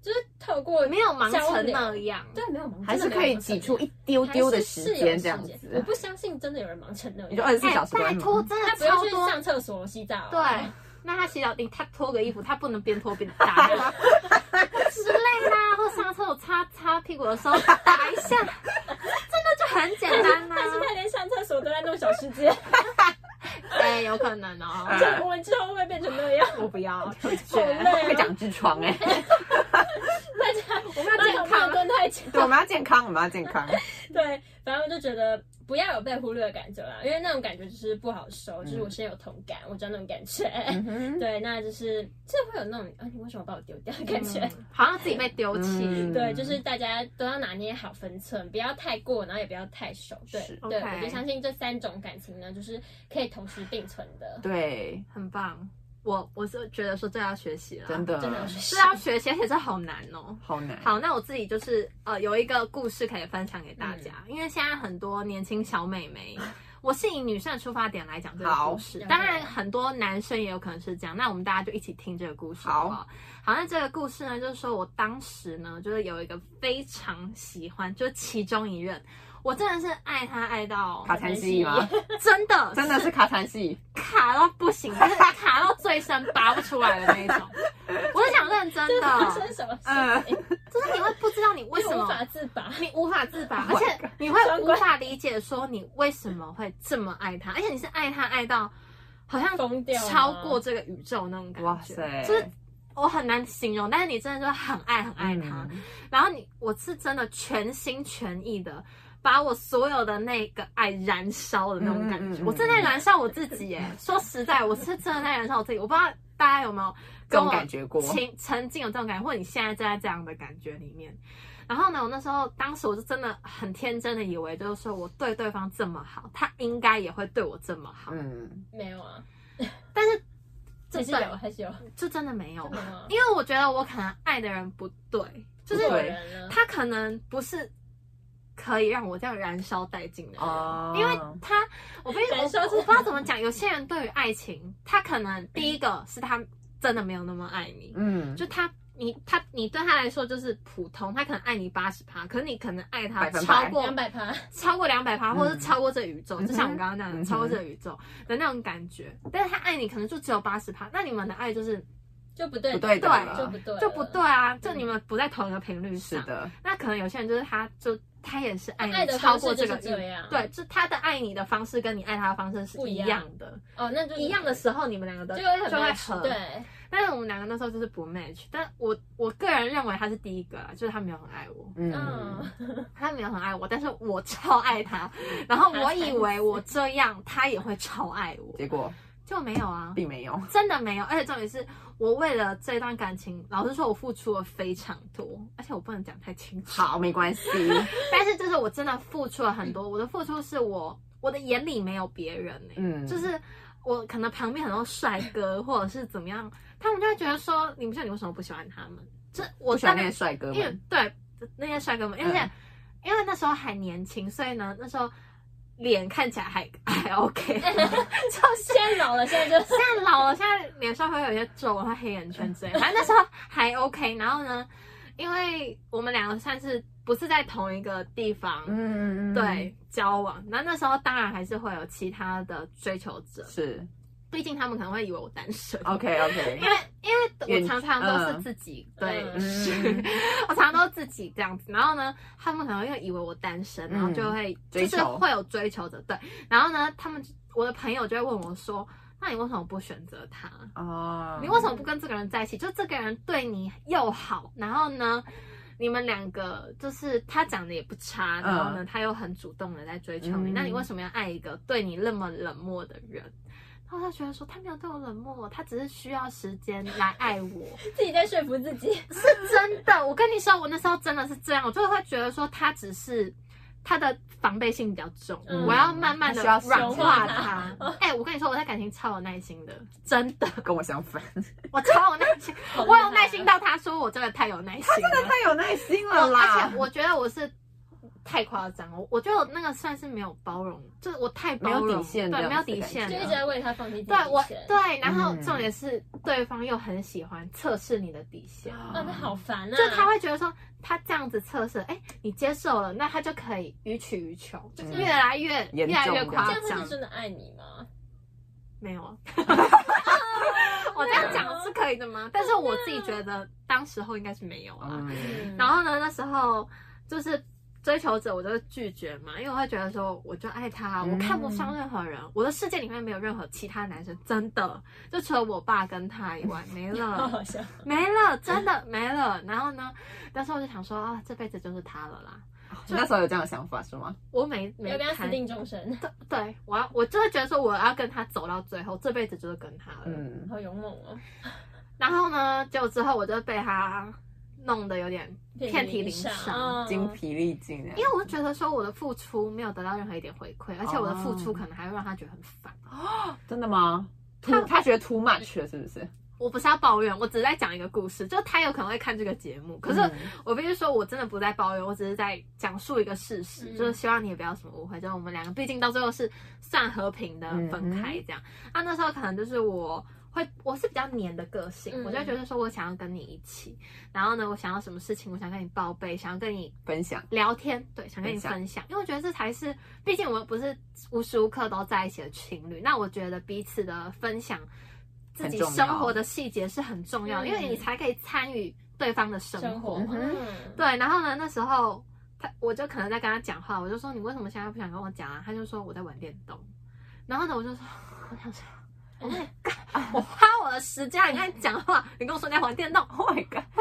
就是透过没有忙交成流那嗯样，对，没有忙，嗯还是真的可没有以忙挤成出那样一丢丢的还时是是有间这样子，我不相信真的有人忙成那样，你就二十四哎小时都在拜忙托，。真他的不用超去多。上厕所、洗澡，啊对，那他洗澡，你他脱个衣服，他不能边脱边 打之类啦，或上厕所擦擦屁股的时候打一下，真的就很简单啊啦但。是他连上厕所都在弄小世 界，哎，有可能哦，嗯我们之后会不会变成那 样？我不要，拒好绝。累会哦，长痔疮哎，大家我们要马健桶没有康，蹲太久。对，我们要健康，我们要健康，对，反正我就觉得不要有被忽略的感觉啦，因为那种感觉就是不好受，就是我现在有同感，我知道那种感觉。嗯哼，对，那就是就会有那种啊，你为什么把我丢掉的感觉？嗯好像自己被丢弃嗯。对，就是大家都要拿捏好分寸，不要太过，然后也不要太熟。对是对 OK 我就相信这三种感情呢，就是可以同时并存的。对，很棒。我我是觉得说这要学习了，真的真的有这是要学习，而且这好难哦。好难，好，那我自己就是呃有一个故事可以分享给大家，因为现在很多年轻小美眉，我是以女生的出发点来讲这个好故事，了解当然很多男生也有可能是这样，那我们大家就一起听这个故事好不好？好，那这个故事呢，就是说我当时呢，就是有一个非常喜欢，就是其中一任，我真的是爱他爱到卡痰戏吗？真的 真的是卡痰戏，卡到不行，就是卡到最深拔不出来的那一种。我是想认真发生的， 什么事？嗯，就是你会不知道你为为什什么么无法自拔？你无法自拔，而 Oh my 且你会无法理解说你为什么会这么爱他，而且你是爱他爱到好像疯掉吗超过这个宇宙那种感觉，哇塞， 就是我很难形容，但是你真的就是很爱很爱他，嗯然后你我是真的全心全意的。把我所有的那个爱燃烧的那种感觉，嗯嗯嗯我正在燃烧我自己 耶！说实在，我是真的在燃烧我自己。我不知道大家有没有这跟种我感觉过，情曾经有这种感觉，或者你现在正在这样的感觉里面。然后呢，我那时候当时我就真的很天真的以为，就是说我对对方这么好，他应该也会对我这么好，嗯，没有啊，这哦还是对有，还是有，嗯啊就真的没有真的，吗因为我觉得我可能爱的人不对，就是不做对人了。他可能不是可以让我这样燃烧殆尽的人。哦，因为他，我必须我燃烧我不知道怎么讲。有些人对于爱情，他可能第一个是他真的没有那么爱你，嗯，就他你他你对他来说就是普通，他可能爱你八十趴，可是你可能爱他百分百超过两百趴，超过两百趴，嗯或者是超过这宇宙，嗯哼就像我刚刚那样嗯哼的超过这宇宙的那种感觉。但是他爱你可能就只有八十趴，那你们的爱就是就不对，不对的了就不对，就不对。啊，就你们不在同一个频率是上。的，那可能有些人就是他就他也是爱爱你的超方过式这就个是宇这样，对，就他的爱你的方式跟你爱他的方式是不一一样样的，哦，那就一样的时候你们两个的就会很就会 match，合对，但是我们两个那时候就是不 match，但我我个人认为他是第一个啦，就是他没有很爱我，嗯嗯，他没有很爱我，但是我超爱 他，然后我以为我这样他也会超爱我，结果就没有啊，并没有，真的没有。而且重点是我为了这段感情，老实说，我付出了非常多，而且我不能讲太清 楚。好，没关系，但是就是我真的付出了很多，我的付出是我我的眼里没有别人呢、嗯， 就是我可能旁边很多帅哥或者是怎么样，他们就会觉得说，你不像你为什么不喜欢他们？这我不喜欢大那概些帅哥因为们，对那些帅哥们，而且、嗯因为那时候还年轻，所以呢，那时候脸看起来还还 OK，现在老了，现在就现在老了，现在脸上会有一些皱纹和黑眼圈之类的，反正那时候还 OK。然后呢，因为我们两个算是不是在同一个地方。嗯嗯嗯，对，交往，那那时候当然还是会有其他的追求者，是毕竟他们可能会以为我单身。 ，OK OK，因为因为远我常常都是嗯自己、对，嗯是 我常常都自己这样子，然后呢，他们可能又以为我单身，然后就会、嗯追就是求会有追求者，对，然后呢，他们我的朋友就会问我说，那你为什么不选择他？哦，你为什么不跟这个人在一起？就这个人对你又好，然后呢，你们两个就是他长得也不差，嗯然后呢，他又很主动的在追求你，嗯那你为什么要爱一个对你那么冷漠的人？然后他觉得说他没有对我冷漠，他只是需要时间来爱我， 自己在说服 自己，是真的。我跟你说，我那时候真的是这样，我就会觉得说他只是他的防备心比较重，嗯我要慢慢的他需要软消化化他。哎、我跟你说，我在感情超有耐心的，真的，跟我相 反？我超有耐心。好厉我害有耐心，到他说我真的太有耐心了，太有耐心了我啦而且，我觉得我是太夸张了，我我觉得我那个算是没有包容，就是我太包容没有底线这对，样没有底子的线感觉就一直了。在为他放低自己对的我底线。对，然后嗯重点是对方又很喜欢测试你的底线，嗯啊，那好烦啊！就他会觉得说他这样子测试，哎，你接受了，那他就可以予取予求，就是嗯越来越越严重来越这夸样他张是。真的爱你吗？没有 啊，我这样讲是可以的吗？但是我自己觉得当时候应该是没有啊。嗯，然后呢，那时候就是追求者，我就拒绝嘛，因为我会觉得说，我就爱他，嗯我看不上任何人，我的世界里面没有任何其他男生，真的，就除了我爸跟他以外，没好 了，好笑，没了，真的没了。然后呢，那时候我就想说，啊，这辈子就是他了啦，你那时候有这样的想法是吗？我没没要跟他死谈定终身，对对，我要，我就会觉得说，我要跟他走到最后，这辈子就是跟他了。嗯，好勇猛哦！然后呢，就之后我就被他弄得有点遍体鳞伤嗯精疲力尽啊那样，因为我觉得说我的付出没有得到任何一点回馈，而且我的付哦出可能还会让他觉得很烦。真的吗？他他觉得 too much 了是不是？我不是要抱怨，我只是在讲一个故事，就他有可能会看这个节目，可嗯是我必须说，我真的不在抱怨，我只是在讲述一个事实，嗯就是希望你也不要有什么误会，就是我们两个毕竟到最后是算和平的嗯分开这样。啊那、那时候可能就是我。会，我是比较黏的个性，嗯我就会觉得说我想要跟你一起，然后呢，我想要什么事情，我想跟你报备，想要跟你分享，聊天，对，想跟你分享分享，因为我觉得这才是，毕竟我们不是无时无刻都在一起的情侣，那我觉得彼此的分享自己很重要生活的细节是很重要的，嗯因为你才可以参与对方的生生活活嘛，嗯嗯， 对，然后呢，那时候他我就可能在跟他讲话，我就说你为什么现在不想跟我讲啊？他就说我在玩电动。然后呢，我就说 我想说，嗯我在干，我花我的时间来跟你讲话，你跟我说你在玩电动， Oh my god！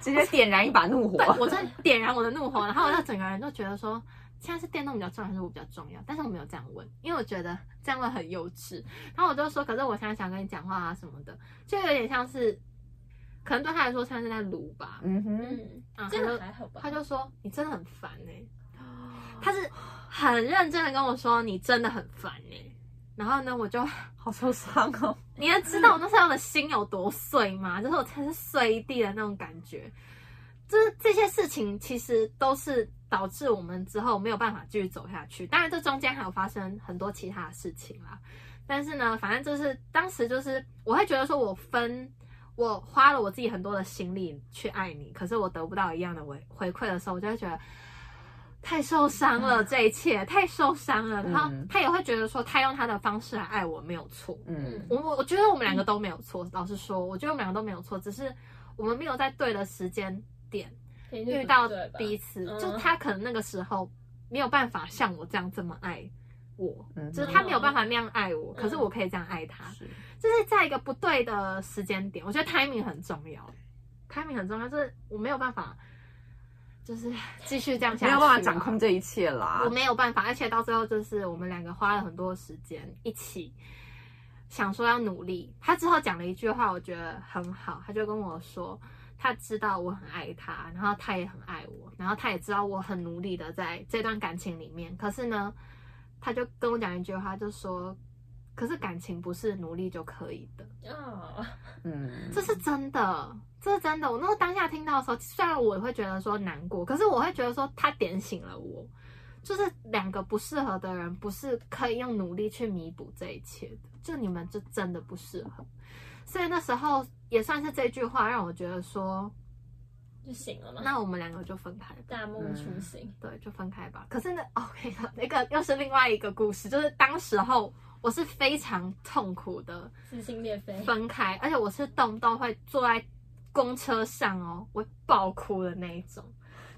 直接点燃一把怒火。对我在点燃我的怒火，然后我就整个人就觉得说。现在是电动比较重要还是我比较重要？但是我没有这样问，因为我觉得这样问很幼稚。然后我就说，可是我现在想跟你讲话啊什么的，就有点像是，可能对他来说像是在撸吧。嗯哼，嗯，啊，他这就个还好吧？他就说你真的很烦哎、 他是很认真的跟我说你真的很烦哎、然后呢，我就好受伤哦。你要知道我那时候的心有多碎吗？就是我真是碎一地的那种感觉。就是这些事情其实都是导致我们之后没有办法继续走下去。当然，这中间还有发生很多其他的事情啦。但是呢，反正就是当时就是我会觉得说我分。我花了我自己很多的心力去爱你，可是我得不到一样的回回馈的时候，我就会觉得太受伤了，这一切太受伤了。然后嗯他也会觉得说，他用他的方式来爱我没有错，嗯我我我觉得我们两个都没有错，老实说，我觉得我们两个都没有错，只是我们没有在对的时间点频率遇不到对吧彼此，嗯就他可能那个时候没有办法像我这样这么爱我，嗯哼，就是他没有办法那样爱我，可是嗯我可以这样爱他，是就是在一个不对的时间点，我觉得 timing 很重要，timing 很重要，就是我没有办法，就是继续这样下去，啊没有办法掌控。这一切啦我。没有办法，而且到最后就是我们两个花了很多时间一起想说要努力。他之后讲了一句话，我觉得很好，他就跟我说，他知道我很爱他，然后他也很爱我，然后他也知道我很努力的在这段感情里面。可是呢，他就跟我讲一句话，就说。可是感情不是努力就可以的，哦，嗯，这是真的，这是真的。我那时候当下听到的时候，虽然我会觉得说难过，可是我会觉得说他点醒了我，就是两个不适合的人，不是可以用努力去弥补这一切的，就你们就真的不适合。所以那时候也算是这句话让我觉得说，就醒了嘛，那我们两个就分开吧。大梦初醒，对，就分开吧。可是呢，OK 的，那个又是另外一个故事，就是当时候我是非常痛苦的，撕心裂肺，分开，而且我是动不动会坐在公车上哦，我会爆哭的那一种，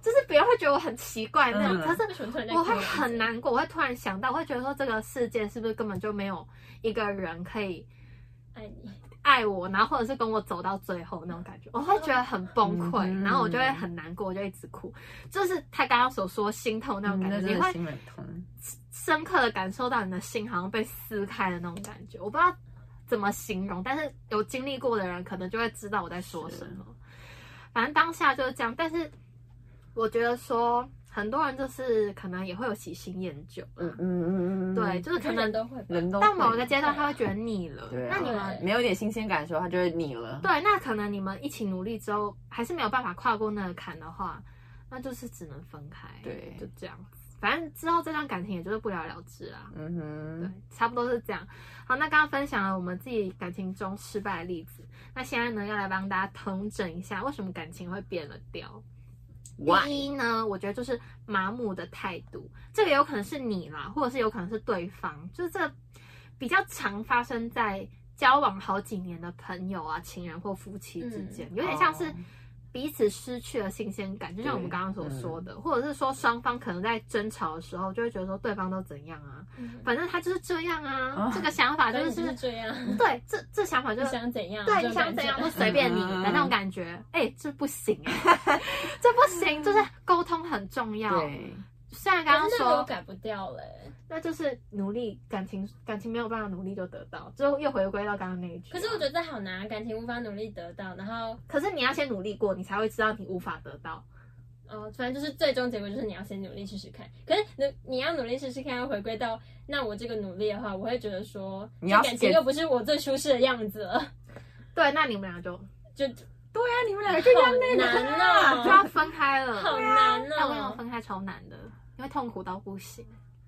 就是别人会觉得我很奇怪那种，嗯可是为什么突然间我会哭了很难过，我会突然想到，我会觉得说这个世界是不是根本就没有一个人可以爱你，爱我，然后或者是跟我走到最后那种感觉，我会觉得很崩溃，嗯然后我就会很难过，我就一直哭，就是他刚刚所说心痛那种感觉，嗯那你真会的心很痛。深刻的感受到你的心好像被撕开的那种感觉，我不知道怎么形容，但是有经历过的人可能就会知道我在说什么。反正当下就是这样，但是我觉得说很多人就是可能也会有喜新厌旧，嗯嗯嗯嗯，嗯对，，就是可可能能都会吧，人都到某一个会阶段他会觉得腻了，对啊那你们没有一点新鲜感的时候，他就会腻了。对，那可能你们一起努力之后，还是没有办法跨过那个坎的话，那就是只能分开，对就这样子。反正之后这段感情也就是不了了之啦。嗯对哼，，差不多是这样。好，那刚刚分享了我们自己感情中失败的例子，那现在呢，要来帮大家统整一下，为什么感情会变了调。哇，第一呢，我觉得就是麻木的态度，这个有可能是你啦，或者是有可能是对方，就是这比较常发生在交往好几年的朋友啊、情人或夫妻之间，有点像是嗯哦彼此失去了新鲜感，就像我们对嗯刚刚所说的，或者是说双方可能在争吵的时候，就会觉得说对方都怎样啊，嗯反正他就是这样啊，哦这个想法反就正是就是这样，对，这这想法就你是想怎样？对这你种想感怎觉样都随便你的那种感觉，哎、这不行、哎这不行，就是沟通很重要。对，虽然刚可刚是那个我说，改不掉嘞，那就是努力感情，感情没有办法努力就得到，就又回归到刚刚那一句啊。可是我觉得这好难，感情无法努力得到，然后可是你要先努力过，你才会知道你无法得到。哦，反正就是最终结果就是你要先努力试试看。可是你你要努力试试看，要回归到那我这个努力的话，我会觉得说，你要这感情给又不是我最舒适的样子了，对，那你们俩就就对啊，你们两个就好难就哦，要分开了。好难要跟我哦。分开超难的，因为痛苦到不行。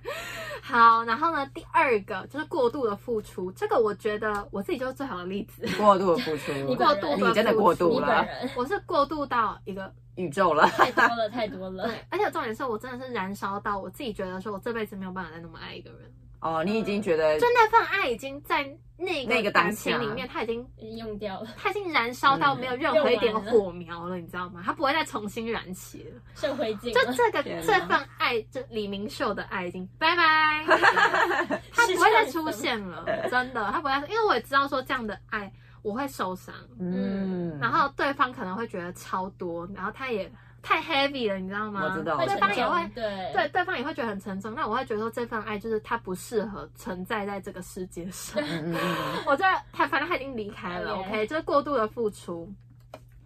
好，然后呢，第二个就是过度的付出，这个我觉得我自己就是最好的例子。过度的付出，你过度的付出你真的过度你了本人我是过度到一个，宇宙了，太多了，太多嗯了。对，而且重点是我真的是燃烧到我自己觉得说我这辈子没有办法再那么爱一个人，哦，你已经觉得就那份爱已经在那那个个当感情下里面，它已经用掉了，它已经燃烧到嗯没有任何一点用完了火苗了，你知道吗？它不会再重新燃起了。剩灰烬就了。这个哎天哪这份爱，就李明秀的爱已经拜拜， 他不会再出现了，呃真的，他不会再，因为我也知道说这样的爱我会受伤，嗯，然后对方可能会觉得超多，然后他也太 heavy 了，你知道吗？我知道会我知对道方也会。对对，对方也会觉得很沉重。那我会觉得说，这份爱就是它不适合存在在这个世界 上。嗯嗯嗯我觉得他反正他已经离开了 OK ，OK，就是过度的付出。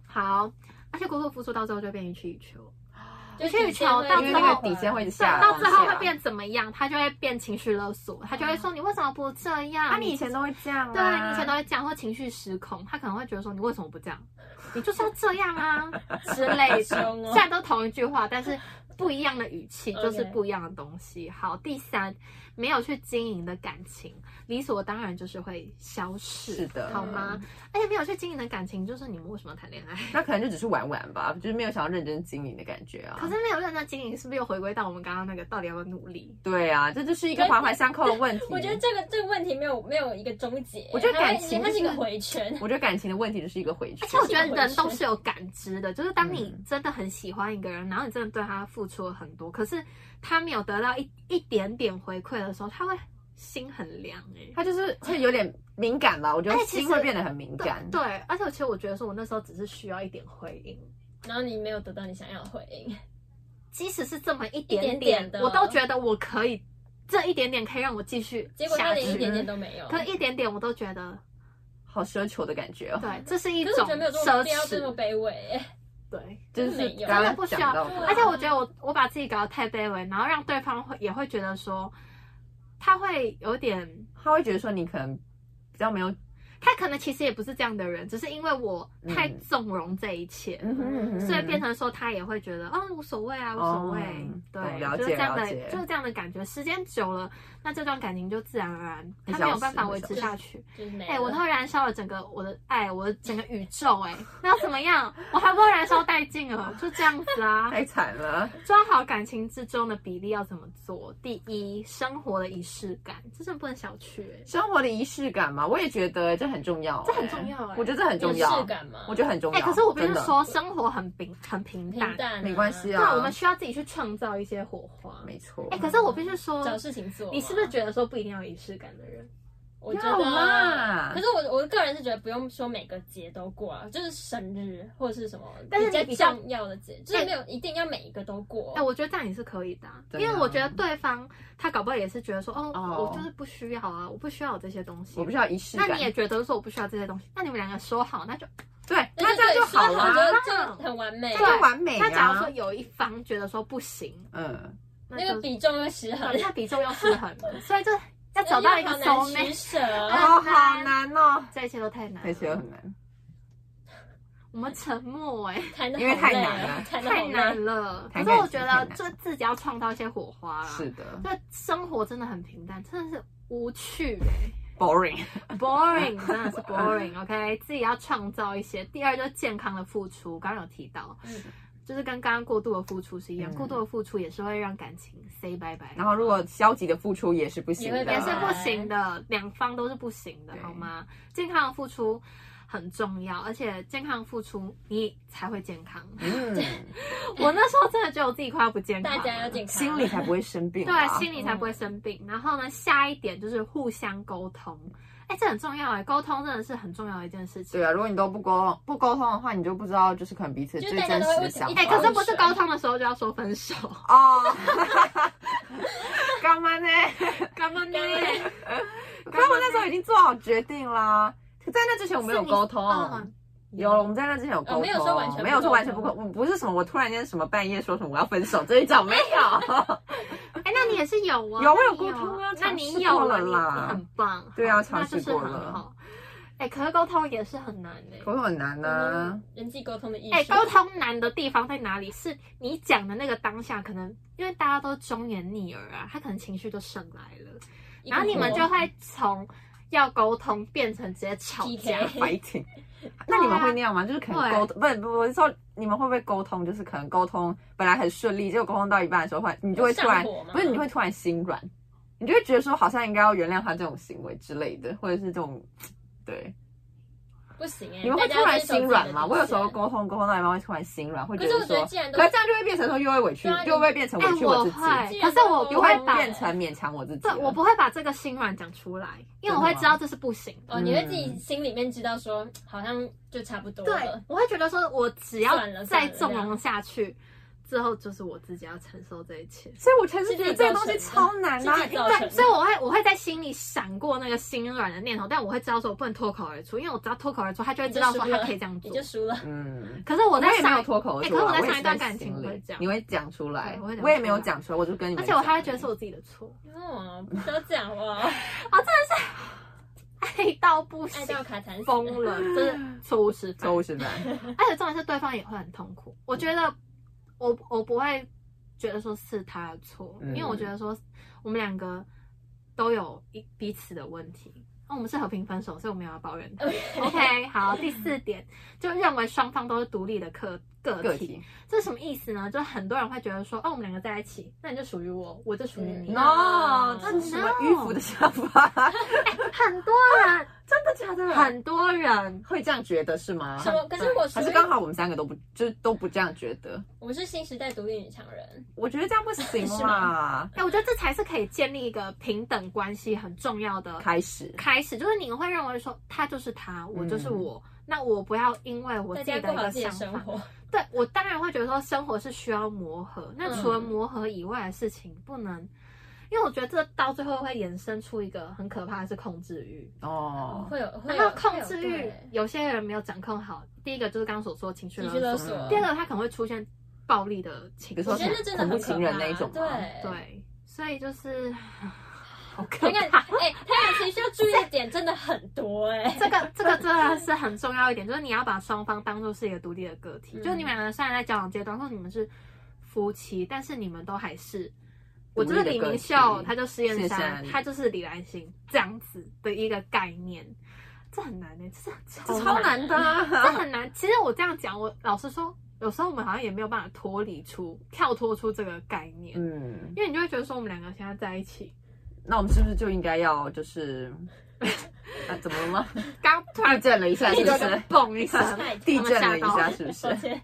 好，而且过度付出到最后就变一曲一球。就去瞧到嗯，因为最那后个底线会一直对下，到往最后下会变怎么样？他就会变情绪勒索，他就会说你为什么不这样？嗯啊，你以前都会这样啊，对你以前都会这样，或情绪失控，他可能会觉得说你为什么不 这样？你就是要这样啊之类的。凶哦虽然都同一句话，但是不一样的语气 OK 就是不一样的东西。好，第三，没有去经营的感情，理所当然就是会消逝，是的好吗？而且没有去经营的感情，就是你们为什么要谈恋爱？那可能就只是玩玩吧，就是没有想要认真经营的感觉啊。可是没有认真经营，是不是又回归到我们刚刚那个到底要不要努力？对啊，这就是一个环环相扣的问题。我觉得这个这个问题没有没有一个终结，我觉得感情它会它是一个就是回圈，我觉得感情的问题就是一个回圈而且。我觉得是一个回人都事是有感知的，就是当你嗯真的很喜欢一个人，然后你真的对他付出了很多，可是他没有得到一一点点回馈的时候，他会心很凉哎、他就是会有点敏感吧，我觉得哎其实心会变得很敏感。对，而且其实我觉得说，我那时候只是需要一点回应，然后你没有得到你想要的回应，即使是这么一点点点的我都觉得我可以，这一点点可以让我继续结果他下连一去。点点都没有。可一点点我都觉得，好奢求的感觉哦，对，这是一可种是我觉得没有这么奢必要这么侈，卑微耶，对。就是没有刚真的不刚需要哎讲到的，而且我觉得我我把自己搞得太卑微，然后让对方会也会觉得说，他会有点，他会觉得说你可能比较没有，他可能其实也不是这样的人，只是因为我太嗯纵容这一切，嗯哼嗯哼所以变成说他也会觉得，嗯，无所谓啊，无所谓，哦懂对，了解就是这样的了解，就是这样的感觉。时间久了，那这段感情就自然而然，会他没消有失办法会维消持失下去。就是没了。哎、我都燃烧了整个我的爱，我的整个宇宙、 哎，那要怎么样？我还不会燃烧殆尽了，就这样子啊。太惨了。抓好感情之中的比例要怎么做？第一，生活的仪式感，这真的不能小觑、欸，生活的仪式感嘛，我也觉得这很重要，这很重。要哎、我觉得这很重有要质，感吗？我觉得很重哎、要。可是我必须真的，说，生活很平很平平淡，淡啊，没关系对，啊，我们需要自己去创造一些火花。没错。哎、可是我必须说，找事情做。啊你是不是？觉得说不一定要有仪式感的人？我觉要嘛啊得，可是我我个人是觉得不用说每个节都过啊，就是生日或者是什么但是比你较比较重要的节，就是没有一定要每一个都过哎、。我觉得这样也是可以的啊、真的因啊为我觉得对方他搞不好也是觉得说，哦，哦我就是不需要啊，我不需要有这些东西我不。需要仪式那感，你也觉得说我不需要这些东西，那你们两个说好，那就对，但那是这样就好对了说啊，好就就很完美。这样就完美那假如啊说。有一方觉得说不行，嗯，那就个比重会失衡对，，那比重要失衡了，所以就要找到一个好 soul 难取 mate，舍。啊哦，好难哦，这一切都太难，那些很难。我们沉默哎、谈的因为太难了谈的太难了。可谈感情是我觉太得难就自己要创造一些火花啦。是，的就生活真的很平淡，真的是无趣哎、 ，boring。 b o r i n g 真的是 boring。OK，自己要创造一些。第二就是健康的付出，刚刚有提到，嗯就是跟刚刚过度的付出是一样，嗯过度的付出也是会让感情 say 拜拜。然后如果消极的付出也是不行的，也会也变是成不行的，两方都是不行的对，好吗？健康的付出很重要，而且健康的付出你才会健 康。嗯，我那时候真的觉得我自己快要不健康大了，家要健康，心里才不会生病啊吧。对，啊啊心里才不会生病。然后呢，下一点就是互相沟通，哎，这很重要哎，沟通真的是很重要的一件事情对。啊，如果你都不沟不沟通的话，你就不知道就是可能彼此最真实的想法。哎，可是不是沟通的时候就要说分手，哦， 干嘛呢？干嘛呢？可是我那时候已经做好决定啦。可在那之前我没有沟通，哦嗯有我们在那之前有沟通，呃没有说完全不没有说完全不沟沟，通我不是什么我突然间什么半夜说什么我要分手这一种没 有。 哎，那你也是有啊？有我那有你沟通啊那尝试你有过了你啦很棒，对啊好尝试那就是过很了好。哎，可是沟通也是很难哎。沟通很难啊呢、嗯人际沟通的艺术。哎，沟通难的地方在哪里？是你讲的那个当下，可能因为大家都忠言逆耳啊，他可能情绪就上来了，一个然后你们锅就会从要沟通变成直接吵架 PK。 fighting。那你啊们会那样吗？就是可能沟通，不不，我是说你们会不会沟通？就是可能沟通本来很顺利，结果沟通到一半的时候，会你就会突然上火吗，不是你会突然心软，你就会觉得说好像应该要原谅他这种行为之类的，或者是这种对。不行哎、你们会大突家然遵守自心己软的吗？底我有时候线沟通沟通到一半会突然心软，会可觉得是我觉得说，既然都可是这样就会变成说又会委屈对啊，你又会变成委哎、屈我自己，会，可是我又不会会把变成勉强我自己对了。我不会把这个心软讲出来，因为我会知道这是不行的。哦，你会自己心里面知道说，好像就差不多对了。，我会觉得说，我只算了要算再了纵容下去，之后就是我自己要承受这一切。所以我才是觉得是自己这个东西造超难是啊自，己因为造成对，的所以我会我会在心里闪过那个心软的念头，但我会知道说我不能脱口而出，因为我只要脱口而出，他就会知道说他可以这样你做。就输了。嗯。可是我我在也没想有，脱口而哎出可啊，是我在也上一段在感心情里会这样你会讲出来对我会，讲我也出没有来讲出来，我就跟你们而讲且而已，我还会觉得是我自己的错，哦，不要这样哇， 爱到不爱行，到卡惨死。疯了，真的错误示范。周是吧？而且重点是对方也会很痛苦。我觉得我我不会觉得说是他的错，嗯因为我觉得说我们两个都有一彼此的问题。那、我们是和平分手，所以我没有要抱怨他。OK，好，第四点就认为双方都是独立的个个体，个体这是什么意思呢？就很多人会觉得说，哦，我们两个在一起，那你就属于我，我就属于你。啊嗯，no， No 这是什么迂腐的想 法？很多人， 真的假的？很多人，会这样觉得是吗？什么？可是我属还是于刚好我们三个都不，就是都不这样觉得。我是新时代独立女强人，我觉得这样不行是啦哎、，我觉得这才是可以建立一个平等关系很重要的开始开始，就是你会认为说他就是他，我就是我，那我不要因为我嗯大自家己的过一好个自己的想生法。活。对我当然会觉得说生活是需要磨合，那嗯除了磨合以外的事情不能，因为我觉得这到最后会衍生出一个很可怕的是控制欲，哦。会有会然有后控制会有欲对有些人没有掌控好，第一个就是刚刚所说的情绪情绪勒勒索索，嗯第二个他可能会出现暴力的情比绪如说，我觉得那真的恐怖很可情人怕那一种对吗对，所以就是好可他怕看。哎，他感情需要注意的点真的很多 哎。这 个这个真的是很重要一点，就是你要把双方当做是一个独立的个体。嗯就是你们两个虽然在交往阶段，或你们是夫妻，但是你们都还是，独我立就的是个体李明秀，他就施谢燕珊珊，啊他就是李兰心这样子的一个概念，这很难呢、欸这这这这超超难难的的、啊这很难。其实我这样讲，我老实说，有时候我们好像也没有办法脱离出、跳脱出这个概念， 嗯，因为你就会觉得说我们两个现在在一起，那我们是不是就应该要 就是，啊，怎么了吗？刚突 地然震了一下，是地不？就是砰一 声，地震了一他们吓下，到是不是？抱歉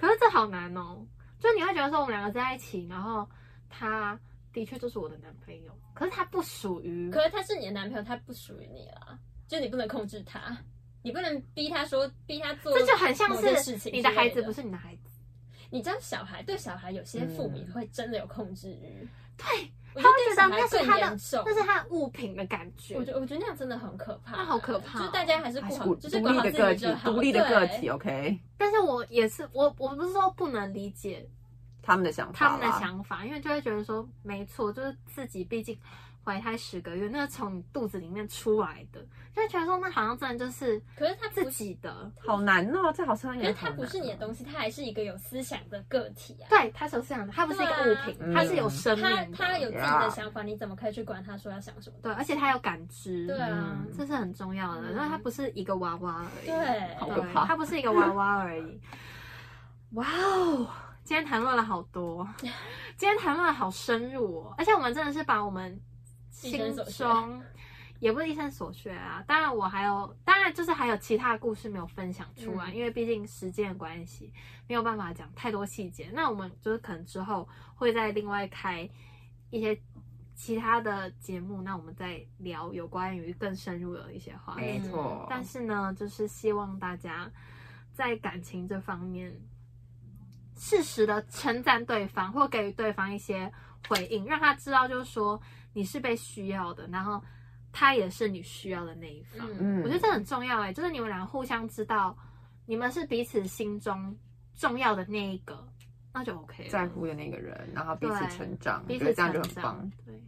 可是这好难哦，就你会觉得说我们两个在一起，然后他的确就是我的男朋友，可是他不属于，可是他是你的男朋友，他不属于你啦，就你不能控制他，你不能逼他说逼他做，这就很像某件事是情你的孩子之类的不是你的孩子，你知道小孩对小孩有些父母嗯会真的有控制欲，对，我他会对觉小得孩那是更他严的，重。那是他的物品的感觉我。觉我觉得那样真的很可怕，那好可怕哦就是大家还是还顾是好，独就是独管立好的自个己就体，好，独立的个对体。OK，但是我也是，我我不是说不能理解他们的想法他啦，们的想法，因为就会觉得说，没错，就是自己毕竟怀胎十个月，那是从你肚子里面出来的，就会觉得说，那好像真的就是可是他不自是，己啊的，好难哦，这好像可也是好他难不是你的东西，他还是一个有思想的个体啊。对，他是这样的，他不是一个对物啊品，嗯他是有生命他的，他有自己 Yeah 的想法，你怎么可以去管他说要想什么？对，而且他有感知，嗯对啊，这是很重要的。嗯那、它不是一个娃娃而已，对好可怕它不是一个娃娃而已。哇哦，今天谈论了好 多，今天谈论的好深入哦，而且我们真的是把我们一心生所学中。也不是一生所学啊，当然我还有，当然就是还有其他的故事没有分享出来，嗯因为毕竟时间的关系，没有办法讲太多细节。那我们就是可能之后会再另外开一些其他的节目，那我们再聊有关于更深入的一些话没哎题。错，嗯但是呢，就是希望大家在感情这方面，适时的称赞对方，或给予对方一些回应，让他知道就是说你是被需要的，然后他也是你需要的那一方。嗯，嗯，我觉得这很重要哎、就是你们俩互相知道，你们是彼此心中重要的那一个，那就 OK 了。在乎的那个人，然后彼此对成长，我彼觉得此这样就成很长哦棒。。对，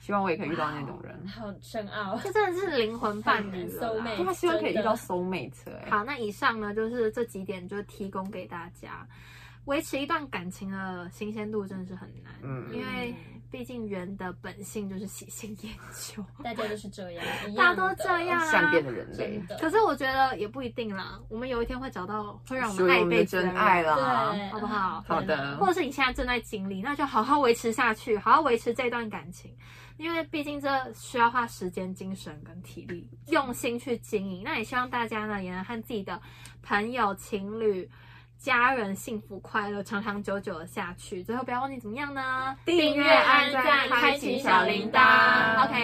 希望我也可以遇到那种人。好深奥。这真的是灵魂伴侣了 Soul 啦。 mate 对他希望可以遇真的到 soul mate 哎、好，那以上呢就是这几点，就提供给大家。维持一段感情的新鲜度真的是很难，嗯因为毕竟人的本性就是喜新厌旧， 大家都是这样，一大家样都的这样善啊变。的人类真，的可是我觉得也不一定啦，我们有一天会找到会让我属们于爱我一们的辈子真人爱啦。对，好不好好的或者是你现在正在经历，那就好好维持下去，好好维持这段感情，因为毕竟这需要花时间、精神跟体力，用心去经营。那也希望大家呢，也能和自己的朋友、情侣、家人幸福快乐，长长久久的下去。最后不要忘记怎么样呢？订阅按按赞开启启小铃铛 OK，